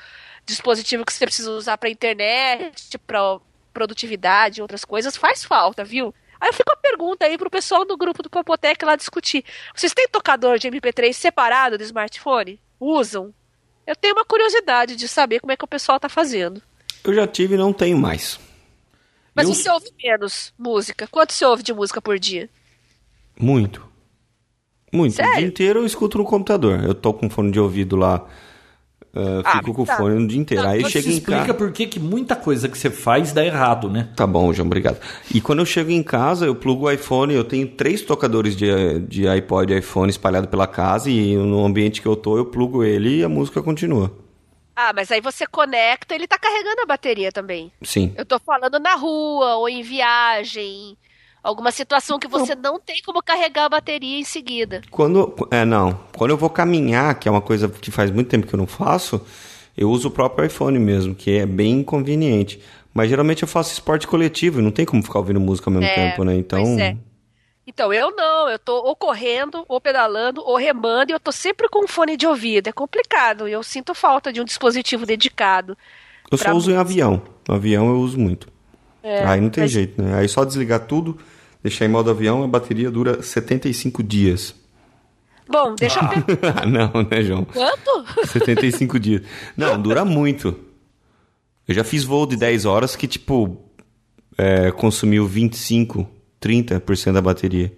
dispositivo que você precisa usar pra internet, pra produtividade, outras coisas, faz falta, viu? Aí eu fico a pergunta aí pro pessoal do grupo do Papotec lá discutir. Vocês têm tocador de MP3 separado do smartphone? Usam? Eu tenho uma curiosidade de saber como é que o pessoal tá fazendo.
Eu já tive e não tenho mais.
Mas
Eu-
você ouve menos música? Quanto você ouve de música por dia?
Muito. Muito. O dia
Sério?
inteiro eu escuto no computador. Eu tô com fone de ouvido lá. ah,
Ah,
fico com o
tá.
fone o dia inteiro.
Não,
Aí
Isso
chega em
explica
casa.
por que que muita coisa que você faz dá errado, né?
Tá bom, João, obrigado. E quando eu chego em casa, eu plugo o iPhone, eu tenho três tocadores de, de iPod e iPhone espalhado pela casa e no ambiente que eu tô, eu plugo ele e a música continua.
Ah, mas aí você conecta, ele tá carregando a bateria também.
Sim.
Eu tô falando na rua ou em viagem, alguma situação que você não tem como carregar a bateria em seguida.
Quando. É, não. Quando eu vou caminhar, que é uma coisa que faz muito tempo que eu não faço, eu uso o próprio iPhone mesmo, que é bem inconveniente. Mas geralmente eu faço esporte coletivo, e não tem como ficar ouvindo música ao mesmo
É,
tempo, né? Então.
pois é. Então, eu não, eu tô ou correndo, ou pedalando, ou remando, e eu tô sempre com um fone de ouvido. É complicado, e eu sinto falta de um dispositivo dedicado.
Eu só
pra
uso em avião. No avião eu uso muito.
É,
Aí não tem
mas-
jeito, né? Aí só desligar tudo, deixar em modo avião, a bateria dura 75 dias.
Bom, deixa eu ver
Ah, não, né, João?
quanto?
75 dias. Não, dura muito. Eu já fiz voo de 10 horas que, tipo, é, consumiu 25, 30% da bateria.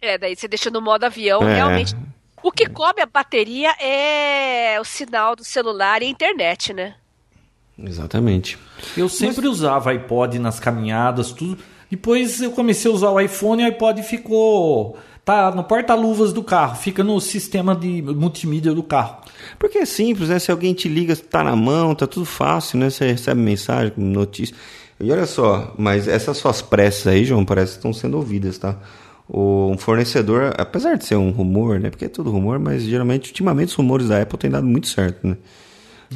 É, daí você deixa no modo avião,
É.
realmente. O que come a bateria é o sinal do celular e a internet, né?
Exatamente.
Eu sempre usava iPod nas caminhadas, tudo. Depois eu comecei a usar o iPhone e o iPod ficou. Tá no porta-luvas do carro, fica no sistema de multimídia do carro.
Porque é simples, né? Se alguém te liga, tá na mão, tá tudo fácil, né? Você recebe mensagem, notícia. E olha só, mas essas suas preces aí, João, parece que estão sendo ouvidas, tá? O fornecedor, apesar de ser um rumor, né? Porque é tudo rumor, mas geralmente, ultimamente, os rumores da Apple têm dado muito certo, né?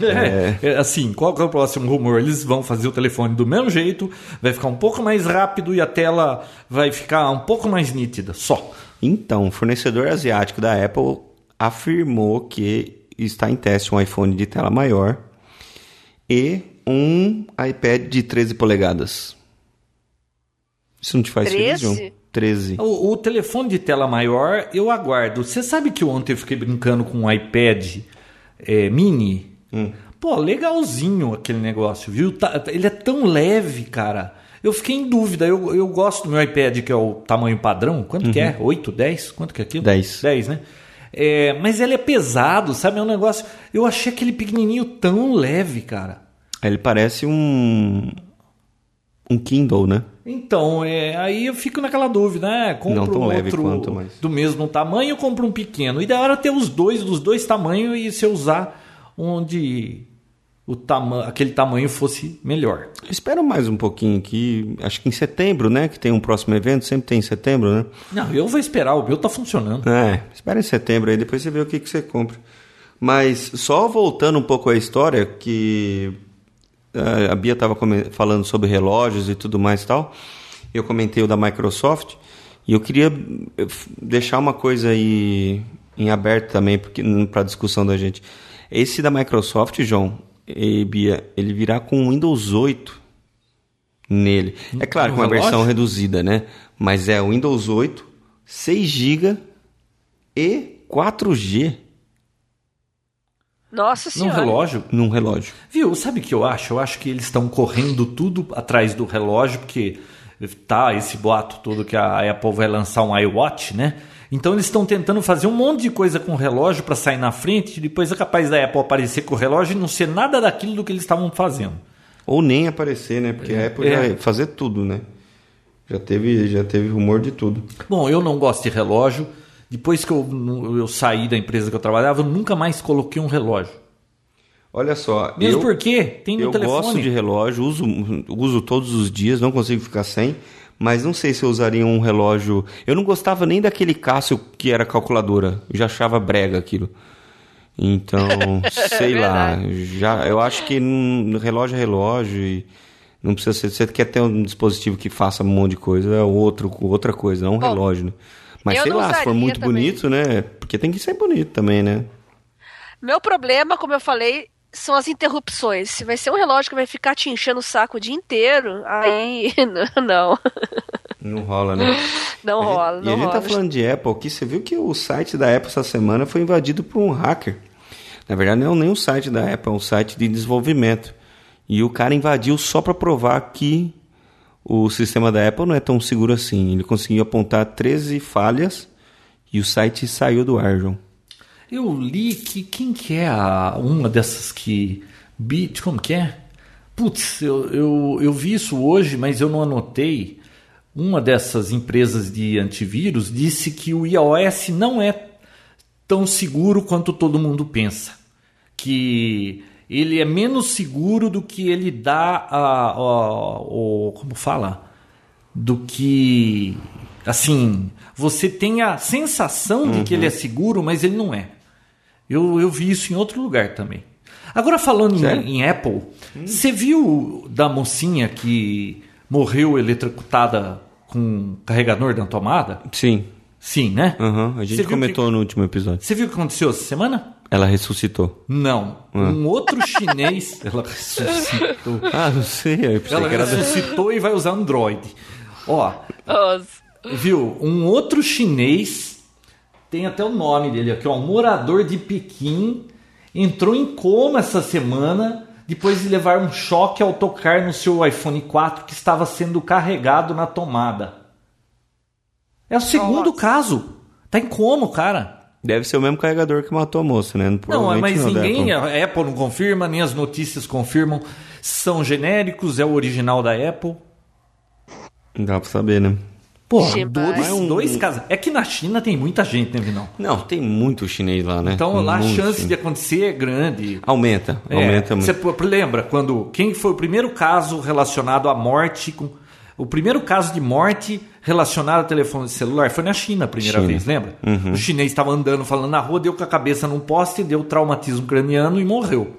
É, é, assim, qual que é o próximo rumor? Eles vão fazer o telefone do mesmo jeito, vai ficar um pouco mais rápido e a tela vai ficar um pouco mais nítida, só.
Então, o fornecedor asiático da Apple afirmou que está em teste um iPhone de tela maior e um iPad de 13 polegadas. Isso não te faz feliz,
13?
João? 13.
O, o telefone de tela maior eu aguardo. Você sabe que ontem eu fiquei brincando com um iPad é, mini? Pô, legalzinho aquele negócio, viu? Tá- ele é tão leve, cara. Eu fiquei em dúvida. Eu, eu gosto do meu iPad, que é o tamanho padrão. Quanto que é? 8, 10? Quanto que é aquilo?
10.
10, né? É, mas ele é pesado, sabe? É um negócio. Eu achei aquele pequenininho tão leve, cara.
Ele parece um um Kindle, né?
Então, é, aí eu fico naquela dúvida, né? Compro
Não tão
um
leve
outro
quanto, mas-
do mesmo tamanho ou compro um pequeno? E da hora ter os dois dos dois tamanhos e se eu usar onde o tama aquele tamanho fosse melhor.
Espera mais um pouquinho aqui, acho que em setembro, né? Que tem um próximo evento, sempre tem em setembro, né?
Não, eu vou esperar, o meu tá funcionando.
É, espera em setembro aí, depois você vê o que, que você compra. Mas só voltando um pouco à história, que eh, a Bia estava falando sobre relógios e tudo mais e tal, eu comentei o da Microsoft, e eu queria eh, f- deixar uma coisa aí em aberto também para discussão da gente. Esse da Microsoft, João e Bia, ele virá com Windows 8 nele. É claro
No
que uma
relógio?
versão reduzida, né? Mas é o Windows 8, 6 GB e 4G
Nossa
Num
senhora.
relógio.
num relógio.
Viu, sabe o que eu acho? Eu acho que eles estão correndo tudo atrás do relógio, porque tá esse boato todo que a Apple vai lançar um iWatch, né? Então eles estão tentando fazer um monte de coisa com o relógio para sair na frente, e depois é capaz da Apple aparecer com o relógio e não ser nada daquilo do que eles estavam fazendo.
Ou nem aparecer, né? Porque a Apple
É.
já fazer tudo, né? Já teve, já teve rumor de tudo.
Bom, eu não gosto de relógio. Depois que eu, eu saí da empresa que eu trabalhava, eu nunca mais coloquei um relógio.
Olha só,
Mesmo
eu,
porque tem no
eu
telefone.
gosto de relógio, uso, uso todos os dias, não consigo ficar sem, mas não sei se eu usaria um relógio. Eu não gostava nem daquele Cássio que era calculadora, eu já achava brega aquilo. Então,
É
sei lá, já, eu acho que hum, relógio é relógio e não precisa ser. Você quer ter um dispositivo que faça um monte de coisa, é outro, outra coisa, não um
Bom,
relógio, né? Mas
eu
sei
não
lá, se for
usaria
muito
também.
bonito, né? Porque tem que ser bonito também, né?
Meu problema, como eu falei, são as interrupções. Se vai ser um relógio que vai ficar te enchendo o saco o dia inteiro, aí não,
Não rola, né?
não
A gente-
rola,
E a
não
gente
rola.
tá falando de Apple aqui, você viu que o site da Apple essa semana foi invadido por um hacker. Na verdade, não é nem um site da Apple, é um site de desenvolvimento. E o cara invadiu só para provar que o sistema da Apple não é tão seguro assim. Ele conseguiu apontar 13 falhas e o site saiu do ar, João.
Eu li que quem que é a, uma dessas que. Beat, como que é? Putz, eu, eu, eu vi isso hoje, mas eu não anotei. Uma dessas empresas de antivírus disse que o iOS não é tão seguro quanto todo mundo pensa. Que ele é menos seguro do que ele dá a. a- o, como fala? Do que. Assim, você tem a sensação de que ele é seguro, mas ele não é. Eu, eu vi isso em outro lugar também. Agora, falando
Sério?
em, em Apple, você viu da mocinha que morreu eletrocutada com um carregador da tomada?
Sim.
Sim, né?
Aham, a
Você
gente
viu
comentou no último episódio.
Você viu o que aconteceu essa semana?
Ela ressuscitou.
Não. Um outro chinês. Ela ressuscitou.
Ah, não sei. Eu pensei
Então- Ela
que era do...
ressuscitou e vai usar Android. Ó,
Os-
viu? Um outro chinês. Tem até o nome dele aqui, ó. Um morador de Pequim. Entrou em coma essa semana. Depois de levar um choque ao tocar no seu iPhone 4 que estava sendo carregado na tomada. É o segundo caso. Tá em coma, o cara.
Deve ser o mesmo carregador que matou a moça, né?
Não,
Provavelmente
mas
não, da
ninguém,
Apple.
a Apple não confirma, nem as notícias confirmam. São genéricos, é o original da Apple.
Não dá pra saber, né?
Pô,
Sim,
dois,
mas-
um
dois casos. É que na China tem muita gente, né, Vinão?
Não, tem muito chinês lá, né?
Então lá a
Muito
chance
chinês.
de acontecer é grande.
Aumenta,
É,
aumenta muito.
Você pô- lembra quando. Quem foi o primeiro caso relacionado à morte? Com, o primeiro caso de morte relacionado a telefone celular foi na China a primeira
China. Uhum.
vez, lembra? O chinês estava andando, falando na rua, deu com a cabeça num poste, deu traumatismo craniano e morreu.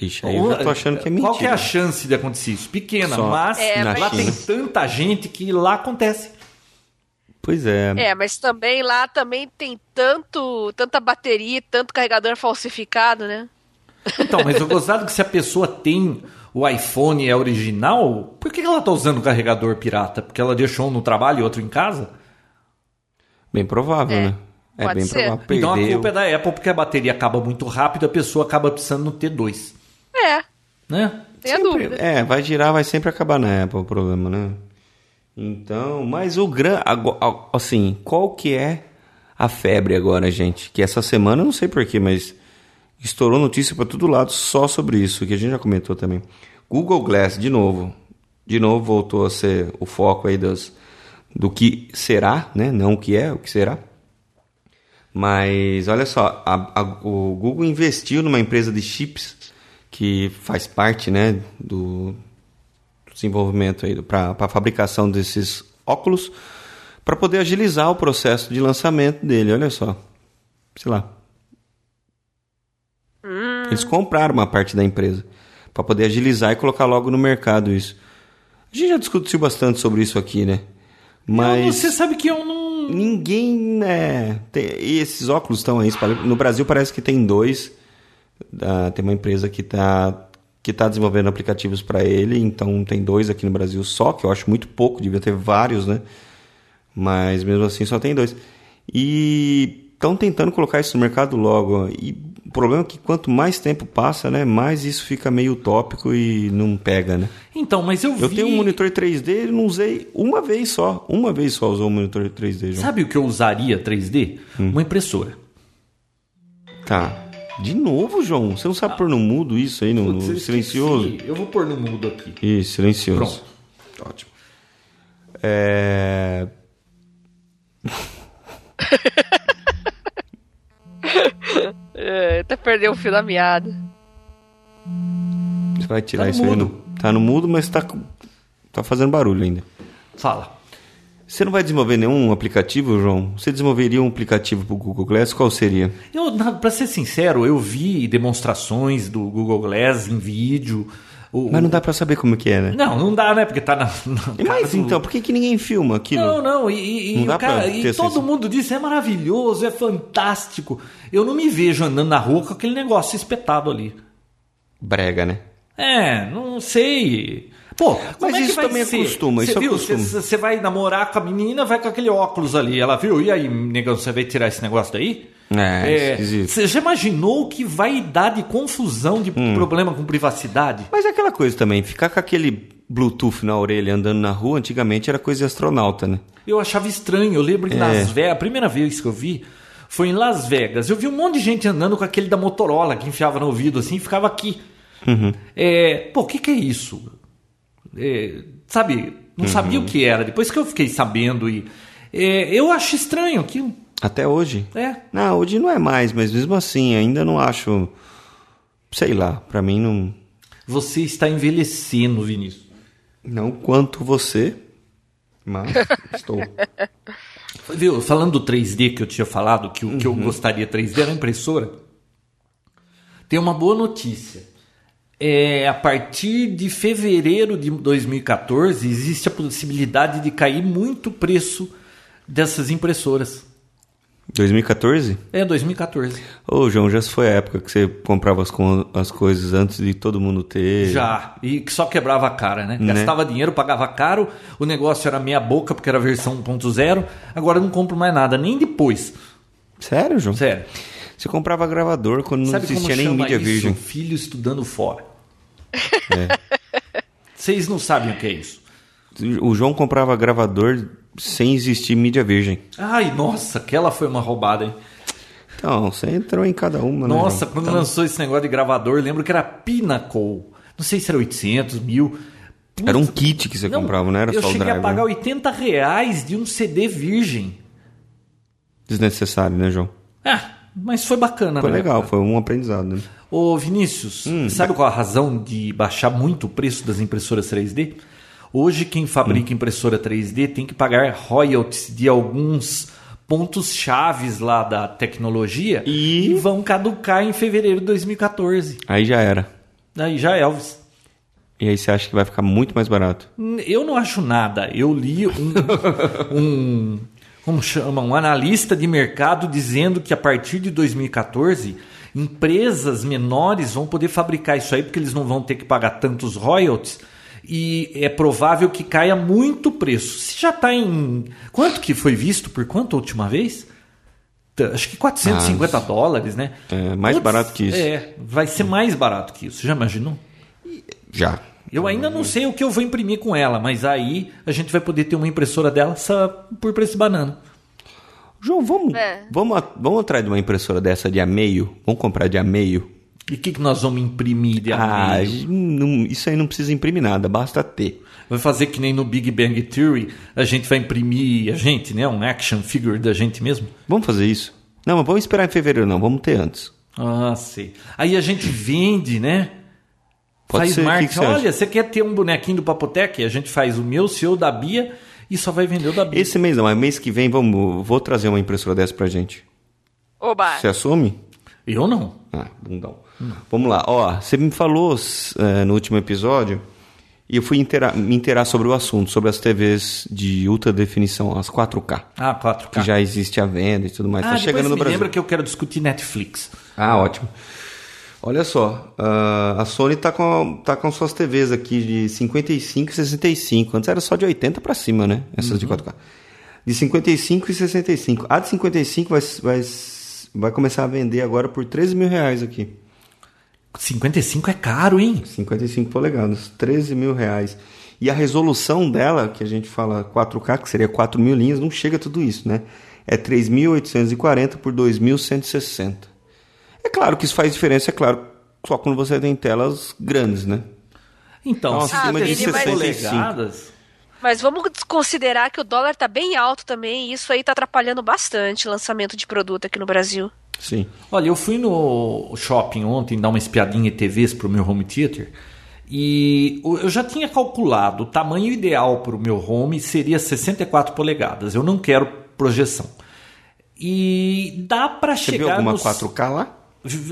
Ixi, aí eu já tô achando que é mentira.
Qual que Então, é a chance de acontecer isso? Pequena,
Só
mas
É, na
lá
mas-
tem tanta gente que lá acontece.
Pois é.
É, mas também lá também tem tanto, tanta bateria, tanto carregador falsificado, né?
Então, mas eu gostava que se a pessoa tem o iPhone é original, por que que ela tá usando o carregador pirata? Porque ela deixou um no trabalho e outro em casa?
Bem provável,
É.
né? É
Pode
bem
ser.
provável.
Então a
Perdeu.
culpa é da Apple, porque a bateria acaba muito rápido, a pessoa acaba precisando no T2,
É,
né?
tem a
Sempre-
dúvida.
É, vai girar, vai sempre acabar na Apple o problema, né? Então, mas o grande. Assim, qual que é a febre agora, gente? Que essa semana, eu não sei porquê, mas estourou notícia pra todo lado só sobre isso, que a gente já comentou também. Google Glass, de novo. De novo voltou a ser o foco aí das, do que será, né? Não o que é, o que será. Mas olha só, a- a- o Google investiu numa empresa de chips que faz parte né, do desenvolvimento para a fabricação desses óculos para poder agilizar o processo de lançamento dele. Olha só, sei lá. Eles compraram uma parte da empresa para poder agilizar e colocar logo no mercado isso. A gente já discutiu bastante sobre isso aqui, né?
Mas...
Mas
Então, você sabe que eu não...
ninguém né tem- e esses óculos estão aí espalhados. no Brasil parece que tem dois Ah, tem uma empresa que tá que tá desenvolvendo aplicativos para ele então tem dois aqui no Brasil só que eu acho muito pouco devia ter vários né mas mesmo assim só tem dois e estão tentando colocar isso no mercado logo e o problema é que quanto mais tempo passa né mais isso fica meio utópico e não pega né
Então, mas eu vi...
eu tenho um monitor 3D e não usei uma vez só uma vez só usou o monitor 3D João.
Sabe o que eu usaria 3D?
Hum.
Uma impressora.
Tá. De novo, João? Você não sabe pôr no mudo isso aí, no, no
Ah. Putz, eu esqueci.
Um silencioso?
Eu vou pôr no mudo aqui.
Ih, silencioso.
Pronto.
Ótimo. É...
É, até perdeu o fio da meada.
Você vai tirar
Tá no
isso aí?
mudo.
Não? Tá no mudo, mas tá, com- tá fazendo barulho ainda.
Fala.
Você não vai desenvolver nenhum aplicativo, João? Você desenvolveria um aplicativo pro Google Glass? Qual seria?
Eu, na- pra ser sincero, eu vi demonstrações do Google Glass em vídeo. O-
Mas não dá pra saber como que é, né?
Não, não dá, né? Porque tá na. na
E mais
cara do-
então, por que, que ninguém filma aquilo?
Não, não, e, e-
Não
e
dá
o cara,
pra
e
ter
todo
sensação.
mundo diz, é maravilhoso, é fantástico. Eu não me vejo andando na rua com aquele negócio espetado ali.
Brega, né?
É, não sei. Pô, como
Mas
é que
isso
vai
também
ser?
acostuma,
Você
isso
viu?
acostuma.
Você você vai namorar com a menina, vai com aquele óculos ali. Ela viu, e aí, negão, você vai tirar esse negócio daí?
É, esquisito.
Você já imaginou o que vai dar de confusão, de
Hum.
problema com privacidade?
Mas é aquela coisa também, ficar com aquele Bluetooth na orelha andando na rua, antigamente era coisa de astronauta, né?
Eu achava estranho. Eu lembro que
É.
Las Vegas, a primeira vez que eu vi foi em Las Vegas. Eu vi um monte de gente andando com aquele da Motorola que enfiava no ouvido assim e ficava aqui.
Uhum.
É, pô, o que, que é isso? É, sabe,
Uhum.
não sabia o que era. Depois que eu fiquei sabendo e. é, eu acho estranho que.
Até hoje.
É.
Não, hoje não é mais, mas mesmo assim, ainda não acho. Sei lá, pra mim não.
Você está envelhecendo, Vinícius.
Não quanto você, mas estou.
Viu, falando do 3D que eu tinha falado, que, o que eu gostaria 3D era a impressora. Tem uma boa notícia. é, a partir de fevereiro de 2014 existe a possibilidade de cair muito o preço dessas impressoras.
2014?
É 2014.
Ô, João, já foi a época que você comprava as, co- as coisas antes de todo mundo ter.
Já. E que só quebrava a cara, né?
É. Né?
Gastava dinheiro, pagava caro, o negócio era meia boca porque era a versão 1.0. Agora eu não compro mais nada, nem depois.
Sério, João?
Sério.
Você comprava gravador quando não
Sabe como
existia nem
chama
mídia
isso?
virgem.
Filho estudando fora. É. Vocês não sabem o que é isso.
O João comprava gravador sem existir mídia virgem.
Ai, nossa, aquela foi uma roubada, hein?
Então, você entrou em cada uma, né?
Nossa,
João?
quando lançou esse negócio de gravador, lembro que era Pinnacle. Não sei se era 800, mil.
Era um kit que você
Não,
comprava, não era
eu
só o
cheguei
driver. né?
a pagar 80 reais de um CD virgem.
Desnecessário, né, João?
Ah, mas foi bacana,
Foi
né?
legal, foi um aprendizado, né?
Ô Vinícius, sabe qual a razão de baixar muito o preço das impressoras 3D? Hoje quem fabrica impressora 3D tem que pagar royalties de alguns pontos chaves lá da tecnologia
E-
vão caducar em fevereiro de 2014.
Aí já era.
Aí já é Elvis.
E aí você acha que vai ficar muito mais barato.
Hum, Eu não acho nada. Eu li um, um- como chama, um analista de mercado dizendo que a partir de 2014 empresas menores vão poder fabricar isso aí porque eles não vão ter que pagar tantos royalties e é provável que caia muito o preço. Se já está em quanto que foi visto por quanto a última vez? T- Acho que 450 dólares, né?
Ah, É, mais barato que isso.
É, vai ser mais barato que isso. Já imaginou?
Já.
Eu ainda não sei o que eu vou imprimir com ela, mas aí a gente vai poder ter uma impressora dela só por preço de banana.
João, vamos,
É.
vamos, a- vamos atrás de uma impressora dessa de ameio? Vamos comprar de ameio?
E o que, que nós vamos imprimir de
Ah,
ah,
não- isso aí não precisa imprimir nada, basta ter.
Vai fazer que nem no Big Bang Theory, a gente vai imprimir a gente, né? Um action figure da gente mesmo.
Vamos fazer isso? Não, mas vamos esperar em fevereiro, não. Vamos ter antes.
Ah, sei. Aí a gente vende, né?
Pode
faz
ser, o que
marketing.
que você acha?
Olha, você quer ter um bonequinho do Papotec? A gente faz o meu, o seu, o da Bia e só vai vender o da Bia.
Esse mês não, mas mês que vem vamos, vou trazer uma impressora dessa pra gente.
Oba.
Você assume?
Eu não.
Ah, bundão. Vamos lá. Ó, você me falou s- eh, no último episódio e eu fui intera- me inteirar sobre o assunto, sobre as TVs de ultra definição, as 4K,
Ah, 4K.
que já existe à venda e tudo mais.
ah,
tá
depois
chegando no
me
Brasil.
lembra que eu quero discutir Netflix.
Ah, ótimo. Olha só, ah, a Sony tá com, tá com suas TVs aqui de 55 e 65. Antes era só de 80 pra cima, né? Essas
Uhum.
de 4K. De 55 e 65. A de 55 vai, vai, vai começar a vender agora por 13 mil reais aqui.
55 é caro, hein?
55 polegadas, 13 mil reais. E a resolução dela, que a gente fala 4K, que seria 4 mil linhas, não chega a tudo isso, né? É 3.840 por 2.160. É claro que isso faz diferença, é claro, só quando você tem telas grandes, né?
Então,
Nossa,
se
acima
você
de
tem
65.
polegadas,
Mas vamos considerar que o dólar tá bem alto também, e isso aí tá atrapalhando bastante o lançamento de produto aqui no Brasil.
Sim.
Olha, eu fui no shopping ontem dar uma espiadinha em TVs pro meu home theater e o- eu já tinha calculado o tamanho ideal para o meu home seria 64 polegadas. Eu não quero projeção. E dá para
Você
chegar
viu alguma
nos...
4K lá?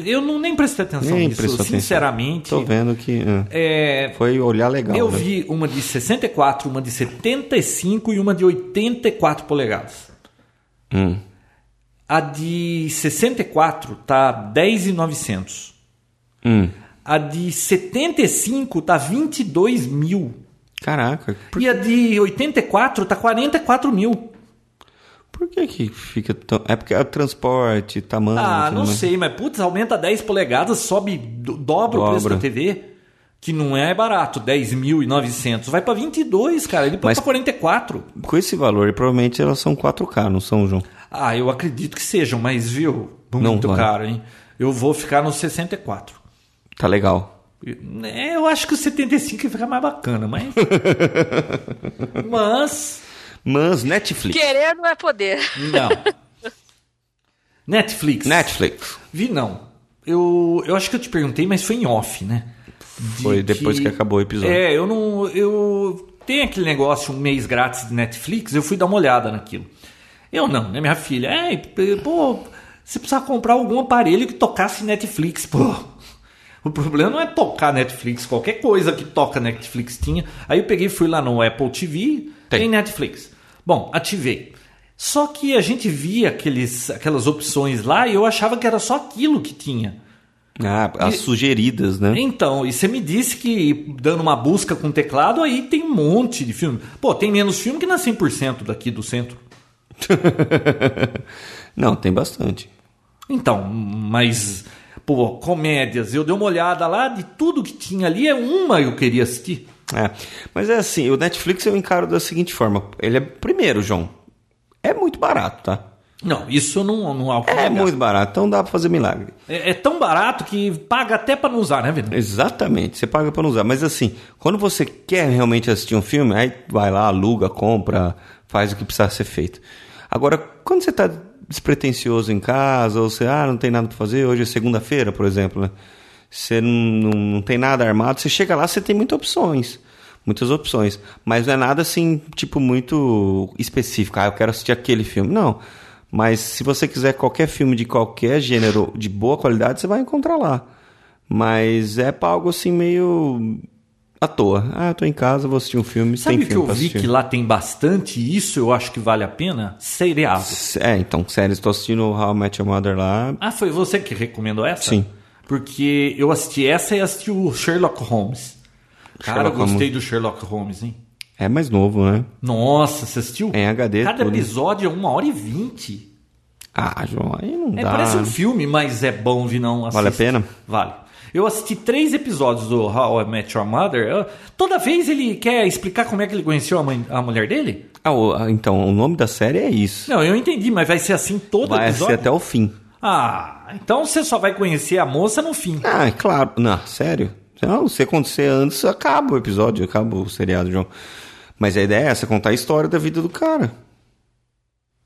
Eu não nem prestei atenção
Nem
nisso,
prestou atenção. Então
sinceramente.
Tô vendo que é,
É,
foi olhar legal.
eu
né?
vi uma de 64, uma de 75 e uma de 84 polegadas.
Hum.
A de 64 tá 10,900.
Hum.
A de 75 tá 22 mil.
Caraca, por,
E a de 84 tá 44 mil.
por que que fica tão... É porque é transporte, tamanho...
Ah,
tudo
não
mais.
sei, mas putz, aumenta 10 polegadas, sobe, do- dobra, o preço
Dobra.
da TV. Que não é barato, 10.900. Vai pra 22, cara. Ele põe
Mas-
pra 44.
Com esse valor, provavelmente elas são 4K, não são, João?
Ah, eu acredito que sejam, mas viu?
Não
Muito
vai.
caro, hein? Eu vou ficar no 64.
Tá legal.
É, eu acho que o 75 ia ficar mais bacana, mas. mas.
Mas Netflix.
Querer não é poder.
Não. Netflix.
Netflix.
Vi não. Eu, eu acho que eu te perguntei, mas foi em off, né? De
Foi depois que acabou o episódio.
É, eu não. Eu. Tem aquele negócio, um mês grátis de Netflix, eu fui dar uma olhada naquilo. Eu não, né? Minha filha. É, pô, você precisa comprar algum aparelho que tocasse Netflix, pô. O problema não é tocar Netflix, qualquer coisa que toca Netflix tinha. Aí eu peguei, fui lá no Apple TV, tem,
Tem.
Netflix. Bom, ativei. Só que a gente via aqueles, aquelas opções lá e eu achava que era só aquilo que tinha.
Ah, as sugeridas, né?
Então, e você me disse que dando uma busca com teclado, aí tem um monte de filme. Pô, tem menos filme que na 100% daqui do centro.
Não, tem bastante.
Então, mas, pô, comédias. Eu dei uma olhada lá, de tudo que tinha ali, é uma eu queria assistir.
É. Mas é assim, o Netflix eu encaro da seguinte forma. Ele é. Primeiro, João, é muito barato, tá?
Não, isso eu não, não há o que negar.
É muito barato, então dá pra fazer milagre.
É, é tão barato que paga até pra não usar, né, Vini?
É, Exatamente, você paga pra não usar. Mas assim, quando você quer realmente assistir um filme, aí vai lá, aluga, compra, faz o que precisar ser feito. Agora, quando você tá despretensioso em casa, ou você, ah, não tem nada pra fazer, hoje é segunda-feira, por exemplo, né? Você não, não, não tem nada armado, você chega lá, você tem muitas opções. Muitas opções. Mas não é nada assim, tipo, muito específico. Ah, eu quero assistir aquele filme. Não. Mas se você quiser qualquer filme de qualquer gênero de boa qualidade, você vai encontrar lá. Mas é pra algo assim meio à toa. Ah, tô em casa, vou assistir um filme,
Sabe
tem
o que eu
filme pra
vi
assistir.
que lá tem bastante e isso eu acho que vale a pena? Seriado.
É, então, sério, estou assistindo How I Met Your Mother lá.
Ah, foi você que recomendou essa?
Sim.
Porque eu assisti essa e assisti o Sherlock Holmes. Cara, eu
Sherlock Holmes.
gostei do Sherlock Holmes, hein?
É mais novo, né?
Nossa, você assistiu?
Em HD
Cada
tudo.
episódio é uma hora e vinte.
Ah, João, aí não
É,
dá. né?
parece um filme, mas é bom, Vinão. Assiste.
Vale a pena?
Vale. Eu assisti três episódios do How I Met Your Mother. Eu- toda vez ele quer explicar como é que ele conheceu a, mãe- a mulher dele?
Ah, o- ah, então, o nome da série é isso.
Não, eu entendi, mas vai ser assim todo
Vai ser
episódio?
até o fim.
Ah, então você só vai conhecer a moça no fim.
Ah, é claro. Não, sério. Não, se acontecer antes, acaba o episódio, acaba o seriado, João. Mas a ideia é essa, contar a história da vida do cara.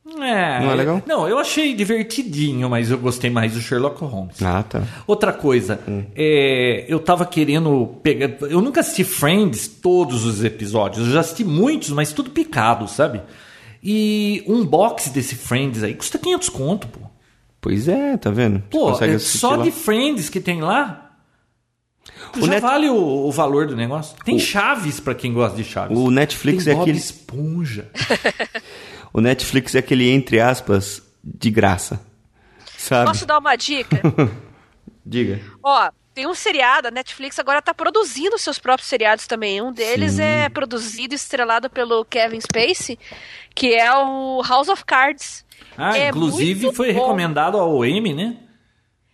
É,
Não é legal?
Não, eu achei divertidinho, mas eu gostei mais do Sherlock Holmes.
Ah, tá.
Outra coisa,
Hum.
é, eu tava querendo pegar. Eu nunca assisti Friends todos os episódios. Eu já assisti muitos, mas tudo picado, sabe? E um box desse Friends aí custa 500 conto, pô.
Pois é, tá vendo? Você
Pô,
consegue
é
assistir
só
lá.
de Friends que tem lá.
O
já
Net-
vale o, o valor do negócio. Tem
O-
chaves pra quem gosta de chaves.
O Netflix
tem
é
Bob
aquele-
Esponja.
O Netflix é aquele, entre aspas, de graça. Sabe?
Posso dar uma dica?
Diga.
Ó, tem um seriado, a Netflix agora tá produzindo seus próprios seriados também. Um deles é produzido e estrelado pelo Kevin Spacey, que é o House of Cards.
Ah,
É
inclusive
muito
foi
bom.
recomendado ao M, né?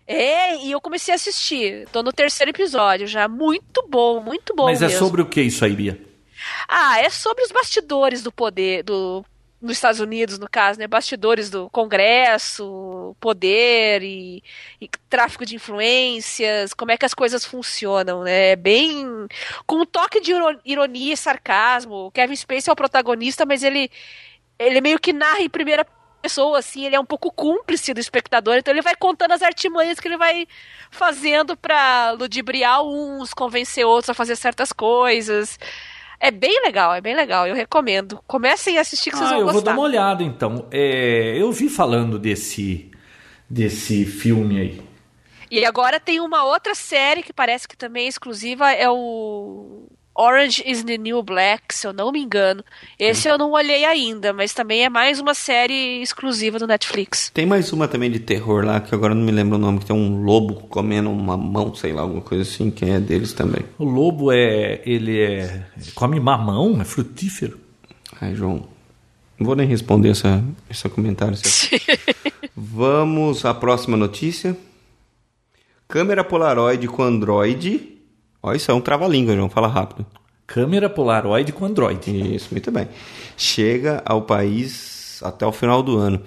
É, e eu comecei a assistir. Tô no terceiro episódio já. Muito bom, muito bom
Mas
mesmo.
é sobre o que isso aí, Bia?
Ah, é sobre os bastidores do poder do nos Estados Unidos, no caso, né? Bastidores do Congresso, poder e, e tráfico de influências, como é que as coisas funcionam, né? É Bem com um toque de iro- ironia e sarcasmo. O Kevin Spacey é o protagonista, mas ele ele meio que narra em primeira pessoa, assim, ele é um pouco cúmplice do espectador, então ele vai contando as artimanhas que ele vai fazendo pra ludibriar uns, convencer outros a fazer certas coisas. É bem legal, é bem legal, eu recomendo. Comecem a assistir que vocês
ah,
vão
eu vou
gostar.
dar uma olhada então. É, eu vi falando desse desse filme aí.
E agora tem uma outra série que parece que também é exclusiva, é o Orange is the New Black, se eu não me engano. Esse eu não olhei ainda, mas também é mais uma série exclusiva do Netflix.
Tem mais uma também de terror lá, que agora eu não me lembro o nome, que tem um lobo comendo uma mão, sei lá, alguma coisa assim, que é deles também.
O lobo é ele é come mamão, é frutífero.
Ai, João. Não vou nem responder essa, esse comentário. seu. Vamos à próxima notícia. Câmera Polaroid com Android. Olha, isso é um trava-língua, João. Fala rápido.
Câmera Polaroid com Android.
Isso, muito bem. Chega ao país até o final do ano.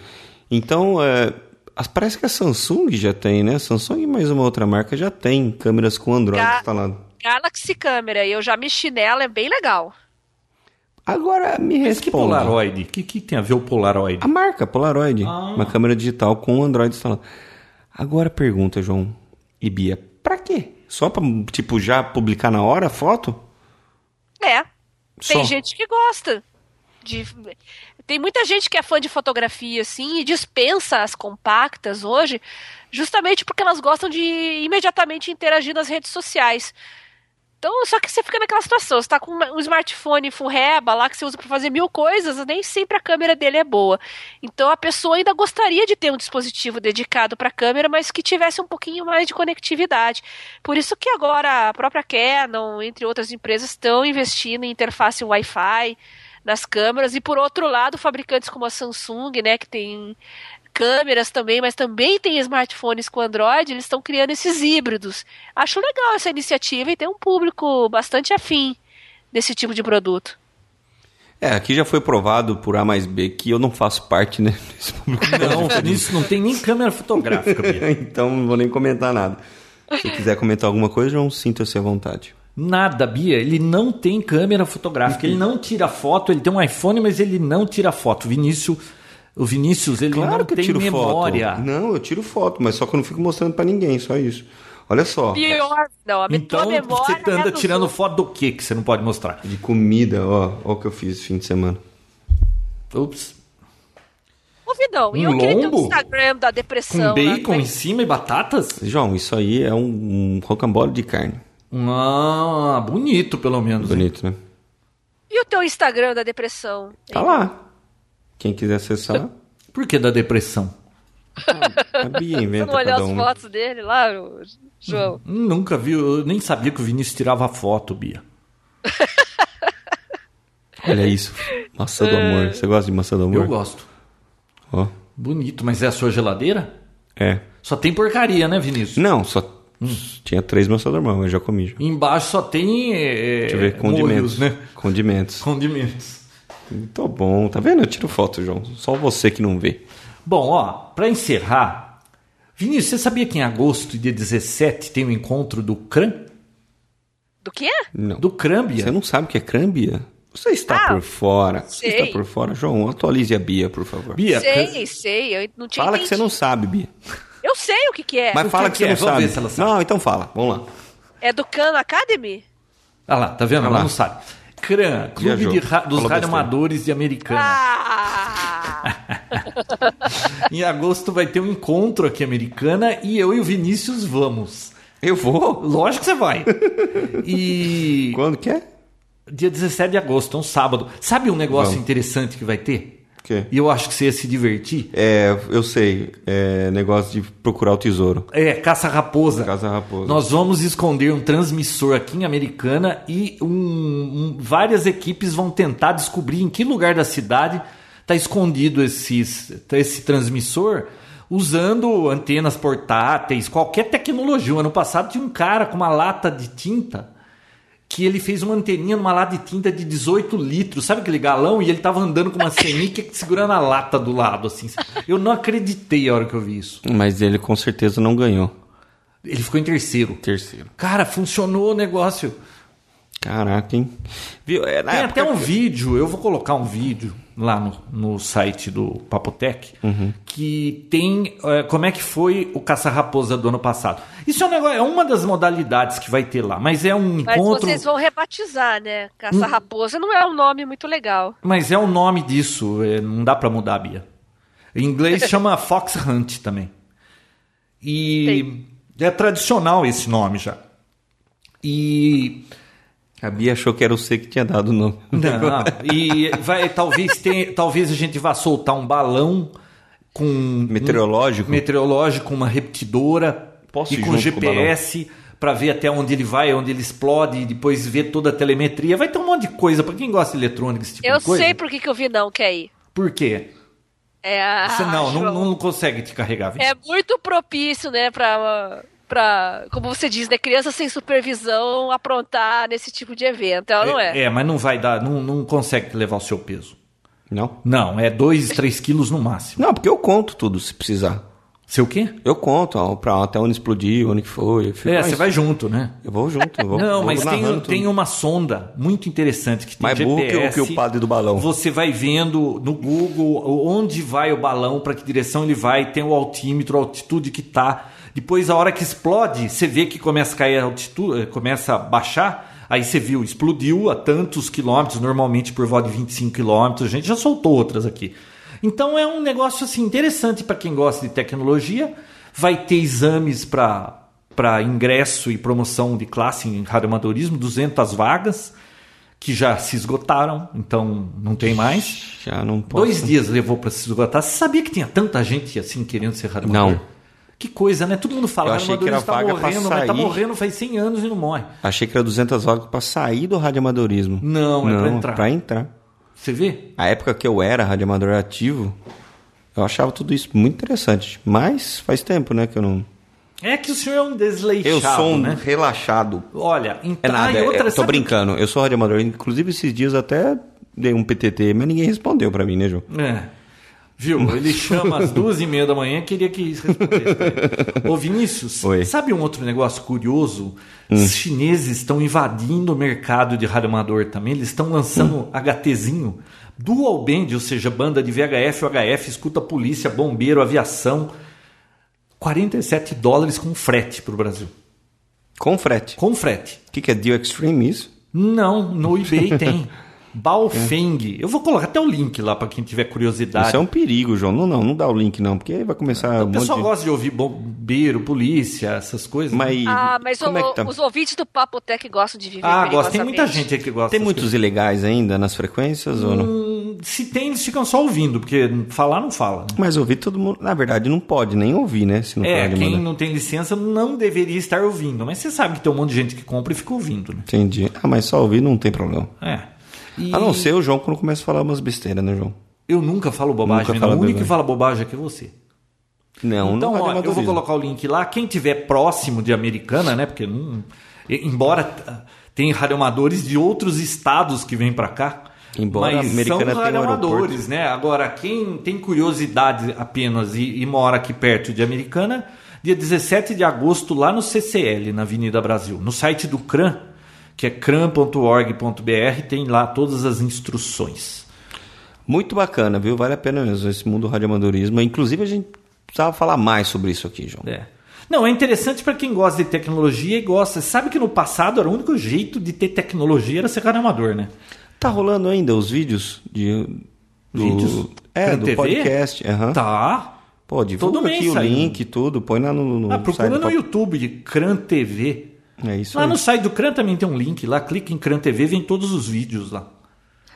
Então, é, as- parece que a Samsung já tem, né? Samsung e mais uma outra marca já tem câmeras com Android
Ga-
instalado.
Galaxy Câmera, e eu já mexi nela, é bem legal.
Agora me
Mas que
responda.
Polaroid? O que, que tem a ver o Polaroid?
A marca Polaroid,
Ah.
uma câmera digital com Android instalado. Agora pergunta, João e Bia, pra quê? Só pra, tipo, já publicar na hora a foto?
É,
Só.
Tem gente que gosta. De... Tem muita gente que é fã de fotografia, assim, e dispensa as compactas hoje, justamente porque elas gostam de imediatamente interagir nas redes sociais. Então, só que você fica naquela situação, você tá com um smartphone furreba lá que você usa para fazer mil coisas, nem sempre a câmera dele é boa. Então a pessoa ainda gostaria de ter um dispositivo dedicado para câmera, mas que tivesse um pouquinho mais de conectividade. Por isso que agora a própria Canon, entre outras empresas, estão investindo em interface Wi-Fi nas câmeras e por outro lado, fabricantes como a Samsung, né, que tem câmeras também, mas também tem smartphones com Android, eles estão criando esses híbridos. Acho legal essa iniciativa e tem um público bastante afim desse tipo de produto.
É, aqui já foi provado por A mais B que eu não faço parte né, desse público.
Não, nisso não tem nem câmera fotográfica. Bia.
então não vou nem comentar nada. Se quiser comentar alguma coisa, João, sinta-se à vontade.
Nada, Bia. Ele não tem câmera fotográfica. Ele não tira foto. Ele tem um iPhone, mas ele não tira foto. Vinícius o Vinícius, ele
Claro
não
que eu
tem
tiro
memória.
foto. Não, eu tiro foto, mas só que eu não fico mostrando pra ninguém, só isso. Olha só.
Pior, não, a minha- tua
Então,
memória
você anda
é dos
tirando
outros.
foto do que que você não pode mostrar?
De comida, ó. Ó o que eu fiz esse fim de semana.
Ups.
Ô, Vidão, e
Um
aquele teu
lombo?
Instagram da
Com
depressão? né? lá?
bacon em cima e batatas?
João, isso aí é um, um rocambole de carne.
Ah, bonito pelo menos.
Bonito, né?
E o teu Instagram da depressão?
Tá lá. Quem quiser acessar,
Por que da depressão?
a Bia
Você
inventa
não olhou
cada
as
um.
fotos dele lá, João?
Nunca vi, eu nem sabia que o Vinícius tirava foto, Bia.
Olha isso. Maçã do amor. Você gosta de maçã do amor?
Eu gosto.
Ó.
Bonito, mas é a sua geladeira?
É.
Só tem porcaria, né, Vinícius?
Não, só tinha três maçã do amor, mas já comi. Já.
Embaixo só tem é,
Deixa eu ver.
molhos,
Condimentos.
né?
Condimentos.
Condimentos.
Tô bom. Tá vendo? Eu tiro foto, João. Só você que não vê.
Bom, ó, pra encerrar, Vinícius, você sabia que em agosto, dia 17, tem o encontro do CRAM?
Do quê?
Não.
Do CRAM, Bia?
Você não sabe o que é crâmbia? Você está
Ah,
por fora. Você
sei.
está por fora. João, atualize a Bia, por favor.
Bia,
sei, sei, eu não tinha
fala que
entendido.
você não sabe, Bia.
Eu sei o que que é.
Mas
O
fala
que
que,
que
você
é?
não
Vamos
sabe.
ver se ela sabe.
Não, então fala. Vamos lá.
É do Khan Academy?
Ah lá, tá vendo?
Ah
Ela
lá.
não sabe. CRAM, Clube
Viajou.
de Ra- dos
Falou
Radioamadores de Americana.
Ah!
Em agosto vai ter um encontro aqui em Americana e eu e o Vinícius vamos.
Eu vou?
Lógico que você vai. E
Quando que é?
dia 17 de agosto, é um sábado. Sabe um negócio
Vamos.
interessante que vai ter?
O quê?
E eu acho que você ia se divertir.
É, eu sei. É negócio de procurar o tesouro.
É, caça-raposa.
Caça-raposa.
Nós vamos esconder um transmissor aqui em Americana e um- um- várias equipes vão tentar descobrir em que lugar da cidade está escondido esses- tá esse transmissor usando antenas portáteis, qualquer tecnologia. Ano passado tinha um cara com uma lata de tinta que ele fez uma anteninha numa lata de tinta de 18 litros, sabe aquele galão? E ele tava andando com uma cenica segurando a lata do lado, assim. Eu não acreditei a hora que eu vi isso.
Mas ele com certeza não ganhou.
Ele ficou em terceiro.
Terceiro.
Cara, funcionou o negócio.
Caraca, hein? Viu? É, na
Tem
época-
até um vídeo, eu vou colocar um vídeo lá no, no site do Papotec, que tem eh, como é que foi o caça-raposa do ano passado. Isso é um negócio, é uma das modalidades que vai ter lá, mas é Hum. um
Mas
encontro.
vocês vão rebatizar, né? Caça-raposa não é um nome muito legal.
Mas é o nome disso, é, não dá pra mudar, Bia. Em inglês chama Fox Hunt também. E é tradicional esse nome já. E
A Bia achou que era você que tinha dado o nome.
um Não, e vai, talvez, tenha, talvez a gente vá soltar um balão com
Meteorológico?
um meteorológico, uma repetidora
Posso
e
ir
com
junto
GPS para ver até onde ele vai, onde ele explode e depois ver toda a telemetria. Vai ter um monte de coisa para quem gosta de eletrônica, esse tipo
Eu
de coisa.
sei por que, que o Vinão quer ir.
Por quê?
É, a-
Você não,
João,
não, não consegue te carregar. Vinícius.
É muito propício, né, pra, pra, como você diz, né, criança sem supervisão aprontar nesse tipo de evento, ela não é?
É, mas não vai dar, não, não consegue te levar o seu peso.
Não?
Não, é 2, 3 quilos no máximo.
Não, porque eu conto tudo se precisar.
Seu quê?
Eu conto, ó, pra até onde explodiu, onde que foi. Eu fico,
É,
mas
você vai junto, né?
Eu vou junto, eu vou.
Não,
vou
mas tem, um,
narrando
tem
tudo.
uma sonda muito interessante que tem
Mais burro que o-
GPS.
que o padre do balão.
Você vai vendo no Google onde vai o balão, para que direção ele vai, tem o altímetro, a altitude que tá. Depois, a hora que explode, você vê que começa a cair a altitude, eh, começa a baixar. Aí você viu, explodiu a tantos quilômetros, normalmente por volta de 25 quilômetros, a gente já soltou outras aqui. Então é um negócio assim interessante para quem gosta de tecnologia. Vai ter exames para ingresso e promoção de classe em radioamadorismo, 200 vagas que já se esgotaram, então não tem mais.
Já não posso.
Dois dias levou para se esgotar. Você sabia que tinha tanta gente assim querendo ser radioamador?
Não.
Que coisa, né? Todo mundo fala
Eu achei que era
radioamador está
vaga pra
morrendo, mas tá
sair.
morrendo faz 100 anos e não morre.
Achei que era 200 vagas para sair do radioamadorismo.
Não, é pra
Não,
entrar.
pra entrar.
Você vê?
A época que eu era radioamador ativo, eu achava tudo isso muito interessante. Mas faz tempo, né, que eu não...
É que o senhor é um desleixado,
Eu sou um
né?
relaxado.
Olha, então...
É nada,
ah, e
é-
outra,
eu tô
sabe-
brincando. Eu sou radioamador. Inclusive, esses dias até dei um PTT, mas ninguém respondeu pra mim, né, João?
É. Viu? Ele chama às duas e meia da manhã e queria que isso respondesse. pra ele. Ô Vinícius,
Oi. Hum.
sabe um outro negócio curioso? Os chineses estão invadindo o mercado de radioamador também. Eles estão
Hum.
lançando HTzinho. Dual band, ou seja, banda de VHF, UHF, escuta polícia, bombeiro, aviação. 47 dólares com frete pro Brasil.
Com frete.
Com frete.
O que, que é Deal Extreme isso?
Não, no eBay tem. Baofeng. Eu vou colocar até o link lá para quem tiver curiosidade.
Isso é um perigo, João. Não, não, não dá o link não, porque aí vai começar um
Ah, O
monte
pessoal
de...
gosta de ouvir bombeiro, polícia, essas coisas. né?
Mas,
Ah, mas
como
o-
é que tá?
os ouvintes do Papotec gostam de viver
ah, gosta. Tem
perigosamente.
muita gente aqui que gosta.
Tem
dessas
muitos ilegais ainda nas frequências ou
Hum.
não?
coisas. Se tem, eles ficam só ouvindo, porque falar não fala. né?
Mas ouvir todo mundo... Na verdade, não pode nem ouvir, né? Se não
É,
pode
quem
mandar.
não tem licença não deveria estar ouvindo. Mas você sabe que tem um monte de gente que compra e fica ouvindo, né?
Entendi. Ah, mas só ouvir não tem problema.
É. E
A não ser o João quando começa a falar umas besteiras, né, João?
Eu nunca falo bobagem.
Nunca
não.
fala
o único que
bobagem.
fala bobagem aqui é você.
Não,
Então,
não
ó, eu vou
amadorismo.
colocar o link lá. Quem tiver próximo de Americana, né? Porque não. e- Embora ah, tem radioamadores de outros estados que vêm pra cá.
Embora
mas
Americana
são
tenha um
radioamadores, né? Agora, quem tem curiosidade apenas e, e mora aqui perto de Americana, dia 17 de agosto, lá no CCL, na Avenida Brasil, no site do CRAN, que é cran.org.br, tem lá todas as instruções.
Muito bacana, viu? Vale a pena mesmo esse mundo do radioamadorismo. Inclusive, a gente precisava falar mais sobre isso aqui, João.
É. Não, é interessante para quem gosta de tecnologia e gosta. Sabe que no passado era o único jeito de ter tecnologia era ser amador, né?
Tá rolando ainda os vídeos de... Do,
Vídeos?
É,
Cran
do
TV?
podcast. aham.
Tá.
Pô, divulga
Todo mês
aqui o
sai um.
link e tudo. Põe lá no, no
Ah, procura
site do
no
Pop-
YouTube de Cran TV.
É isso
Lá
aí.
no site do Cran também tem um link lá, clica em Cran TV, vem todos os vídeos lá.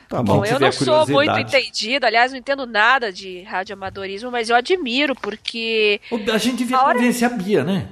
Tá bom.
Bom,
Quem
eu
tiver
não sou muito
curiosidade.
entendido, aliás, não entendo nada de radioamadorismo, mas eu admiro, porque
Ô, A gente devia
A hora-
convencer a Bia, né?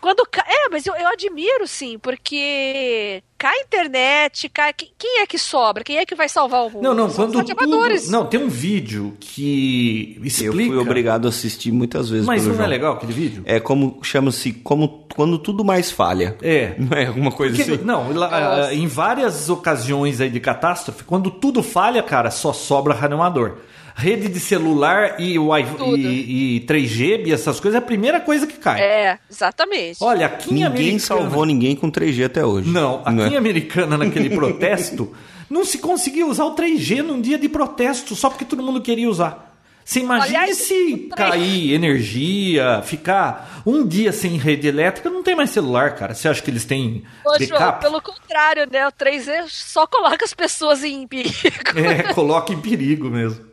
Quando ca- É, mas eu, eu admiro, sim, porque cai a internet, cai... que- Quem é que sobra? Quem é que vai salvar o mundo?
Não, não,
São
quando
os
tudo...
radioamadores.
Não, tem um vídeo que
Eu
explica...
fui obrigado a assistir muitas vezes
Mas
pelo
não é
João.
legal aquele vídeo?
É como chama-se como quando tudo mais falha.
É.
Não é alguma coisa
Porque,
assim.
não, lá, é,
Nossa.
em várias ocasiões aí de catástrofe, quando tudo falha, cara, só sobra radioamador. Rede de celular e, Wi-Fi-
Tudo.
e, e 3G e essas coisas é a primeira coisa que cai.
É, exatamente.
Olha, aqui em
Ninguém
Americana...
salvou ninguém com 3G até hoje.
Não, aqui
é?
em Americana, naquele protesto, não se conseguia usar o 3G num dia de protesto, só porque todo mundo queria usar. Você imagina
Aliás,
se
o 3G
cair energia, ficar um dia sem rede elétrica, não tem mais celular, cara. Você acha que eles têm
Ô, João,
backup?
pelo contrário, né? O 3E só coloca as pessoas em perigo.
É, coloca em perigo mesmo.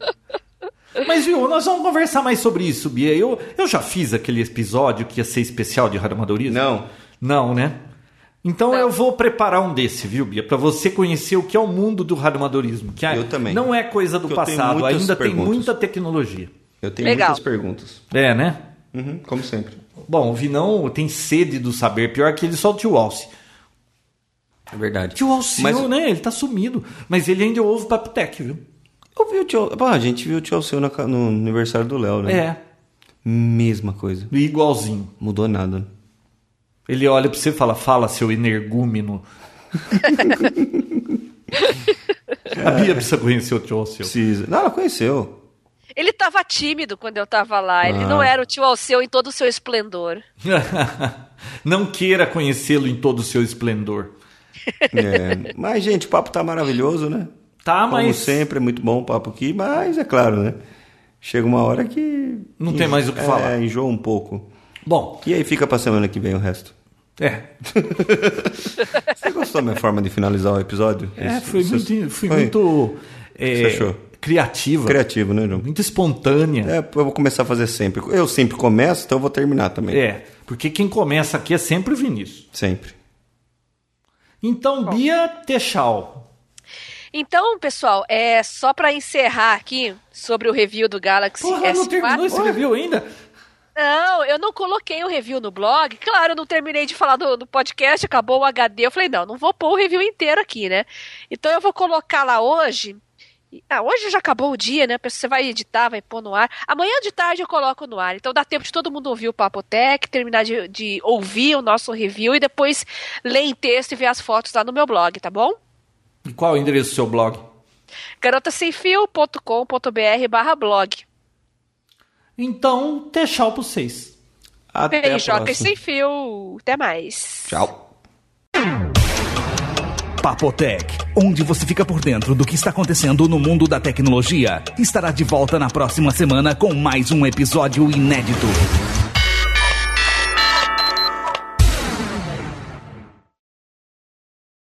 Mas viu, nós vamos conversar mais sobre isso, Bia. Eu, eu já fiz aquele episódio que ia ser especial de radioamadorismo?
Não.
Não, né? Então
Não.
eu vou preparar um desse, viu, Bia? Pra você conhecer o que é o mundo do radioamadorismo. Que é-
Eu também.
Não é coisa do
Porque eu tenho
passado,
muitas
ainda tem
perguntas.
muita tecnologia.
Eu tenho
Legal.
muitas perguntas.
É, né?
Uhum, como sempre.
Bom, o Vinão tem sede do saber. Pior que ele só o tio Alce.
É verdade.
Tio Alceu,
Mas-
né? Ele tá sumido. Mas ele ainda é ouve Paptec, viu?
Eu vi o tio... Pô, a gente viu o tio Alceu na ca- no aniversário do Léo, né?
É,
Mesma coisa.
igualzinho.
Mudou nada.
Ele olha pra você e fala, fala seu energúmeno. a Bia precisa conhecer o tio Alceu.
Precisa. Não, ela conheceu.
Ele tava tímido quando eu tava lá. Ele
Ah.
não era o tio Alceu em todo o seu esplendor.
Não queira conhecê-lo em todo o seu esplendor.
É. mas, gente, o papo tá maravilhoso, né?
Tá,
Como
mas
sempre, é muito bom o papo aqui, mas é claro, né? Chega uma hora que...
Não tem mais o que falar.
É, enjoa um pouco.
bom,
E aí fica pra semana que vem o resto.
É,
Você gostou da minha forma de finalizar o episódio?
é
Isso-
foi
isso-
muito, fui
foi
muito é,
Você achou?
criativa,
criativo, né, João?
muito espontânea.
É, eu vou começar a fazer sempre. Eu sempre começo, então eu vou terminar também.
É. porque quem começa aqui é sempre o Vinícius.
Sempre.
Então, Bia Techal.
Então, pessoal, é só pra encerrar aqui sobre o review do Galaxy
Porra,
S4.
não terminou esse review ainda?
Não, eu não coloquei o review no blog. Claro, eu não terminei de falar do, do podcast, acabou o HD. Eu falei, não, não vou pôr o review inteiro aqui, né? Então eu vou colocar lá hoje. E- Ah, hoje já acabou o dia, né? Você vai editar, vai pôr no ar. Amanhã de tarde eu coloco no ar. Então dá tempo de todo mundo ouvir o Papotec, terminar de, de ouvir o nosso review e depois ler em texto e ver as fotos lá no meu blog, tá bom?
E Qual é o endereço do seu blog?
garotasemfio.com.br barra blog.
Então, Techal para vocês.
Até a
PJ
próxima.
sem fio. Até mais.
Tchau.
Papotec, onde você fica por dentro do que está acontecendo no mundo da tecnologia, estará de volta na próxima semana com mais um episódio inédito.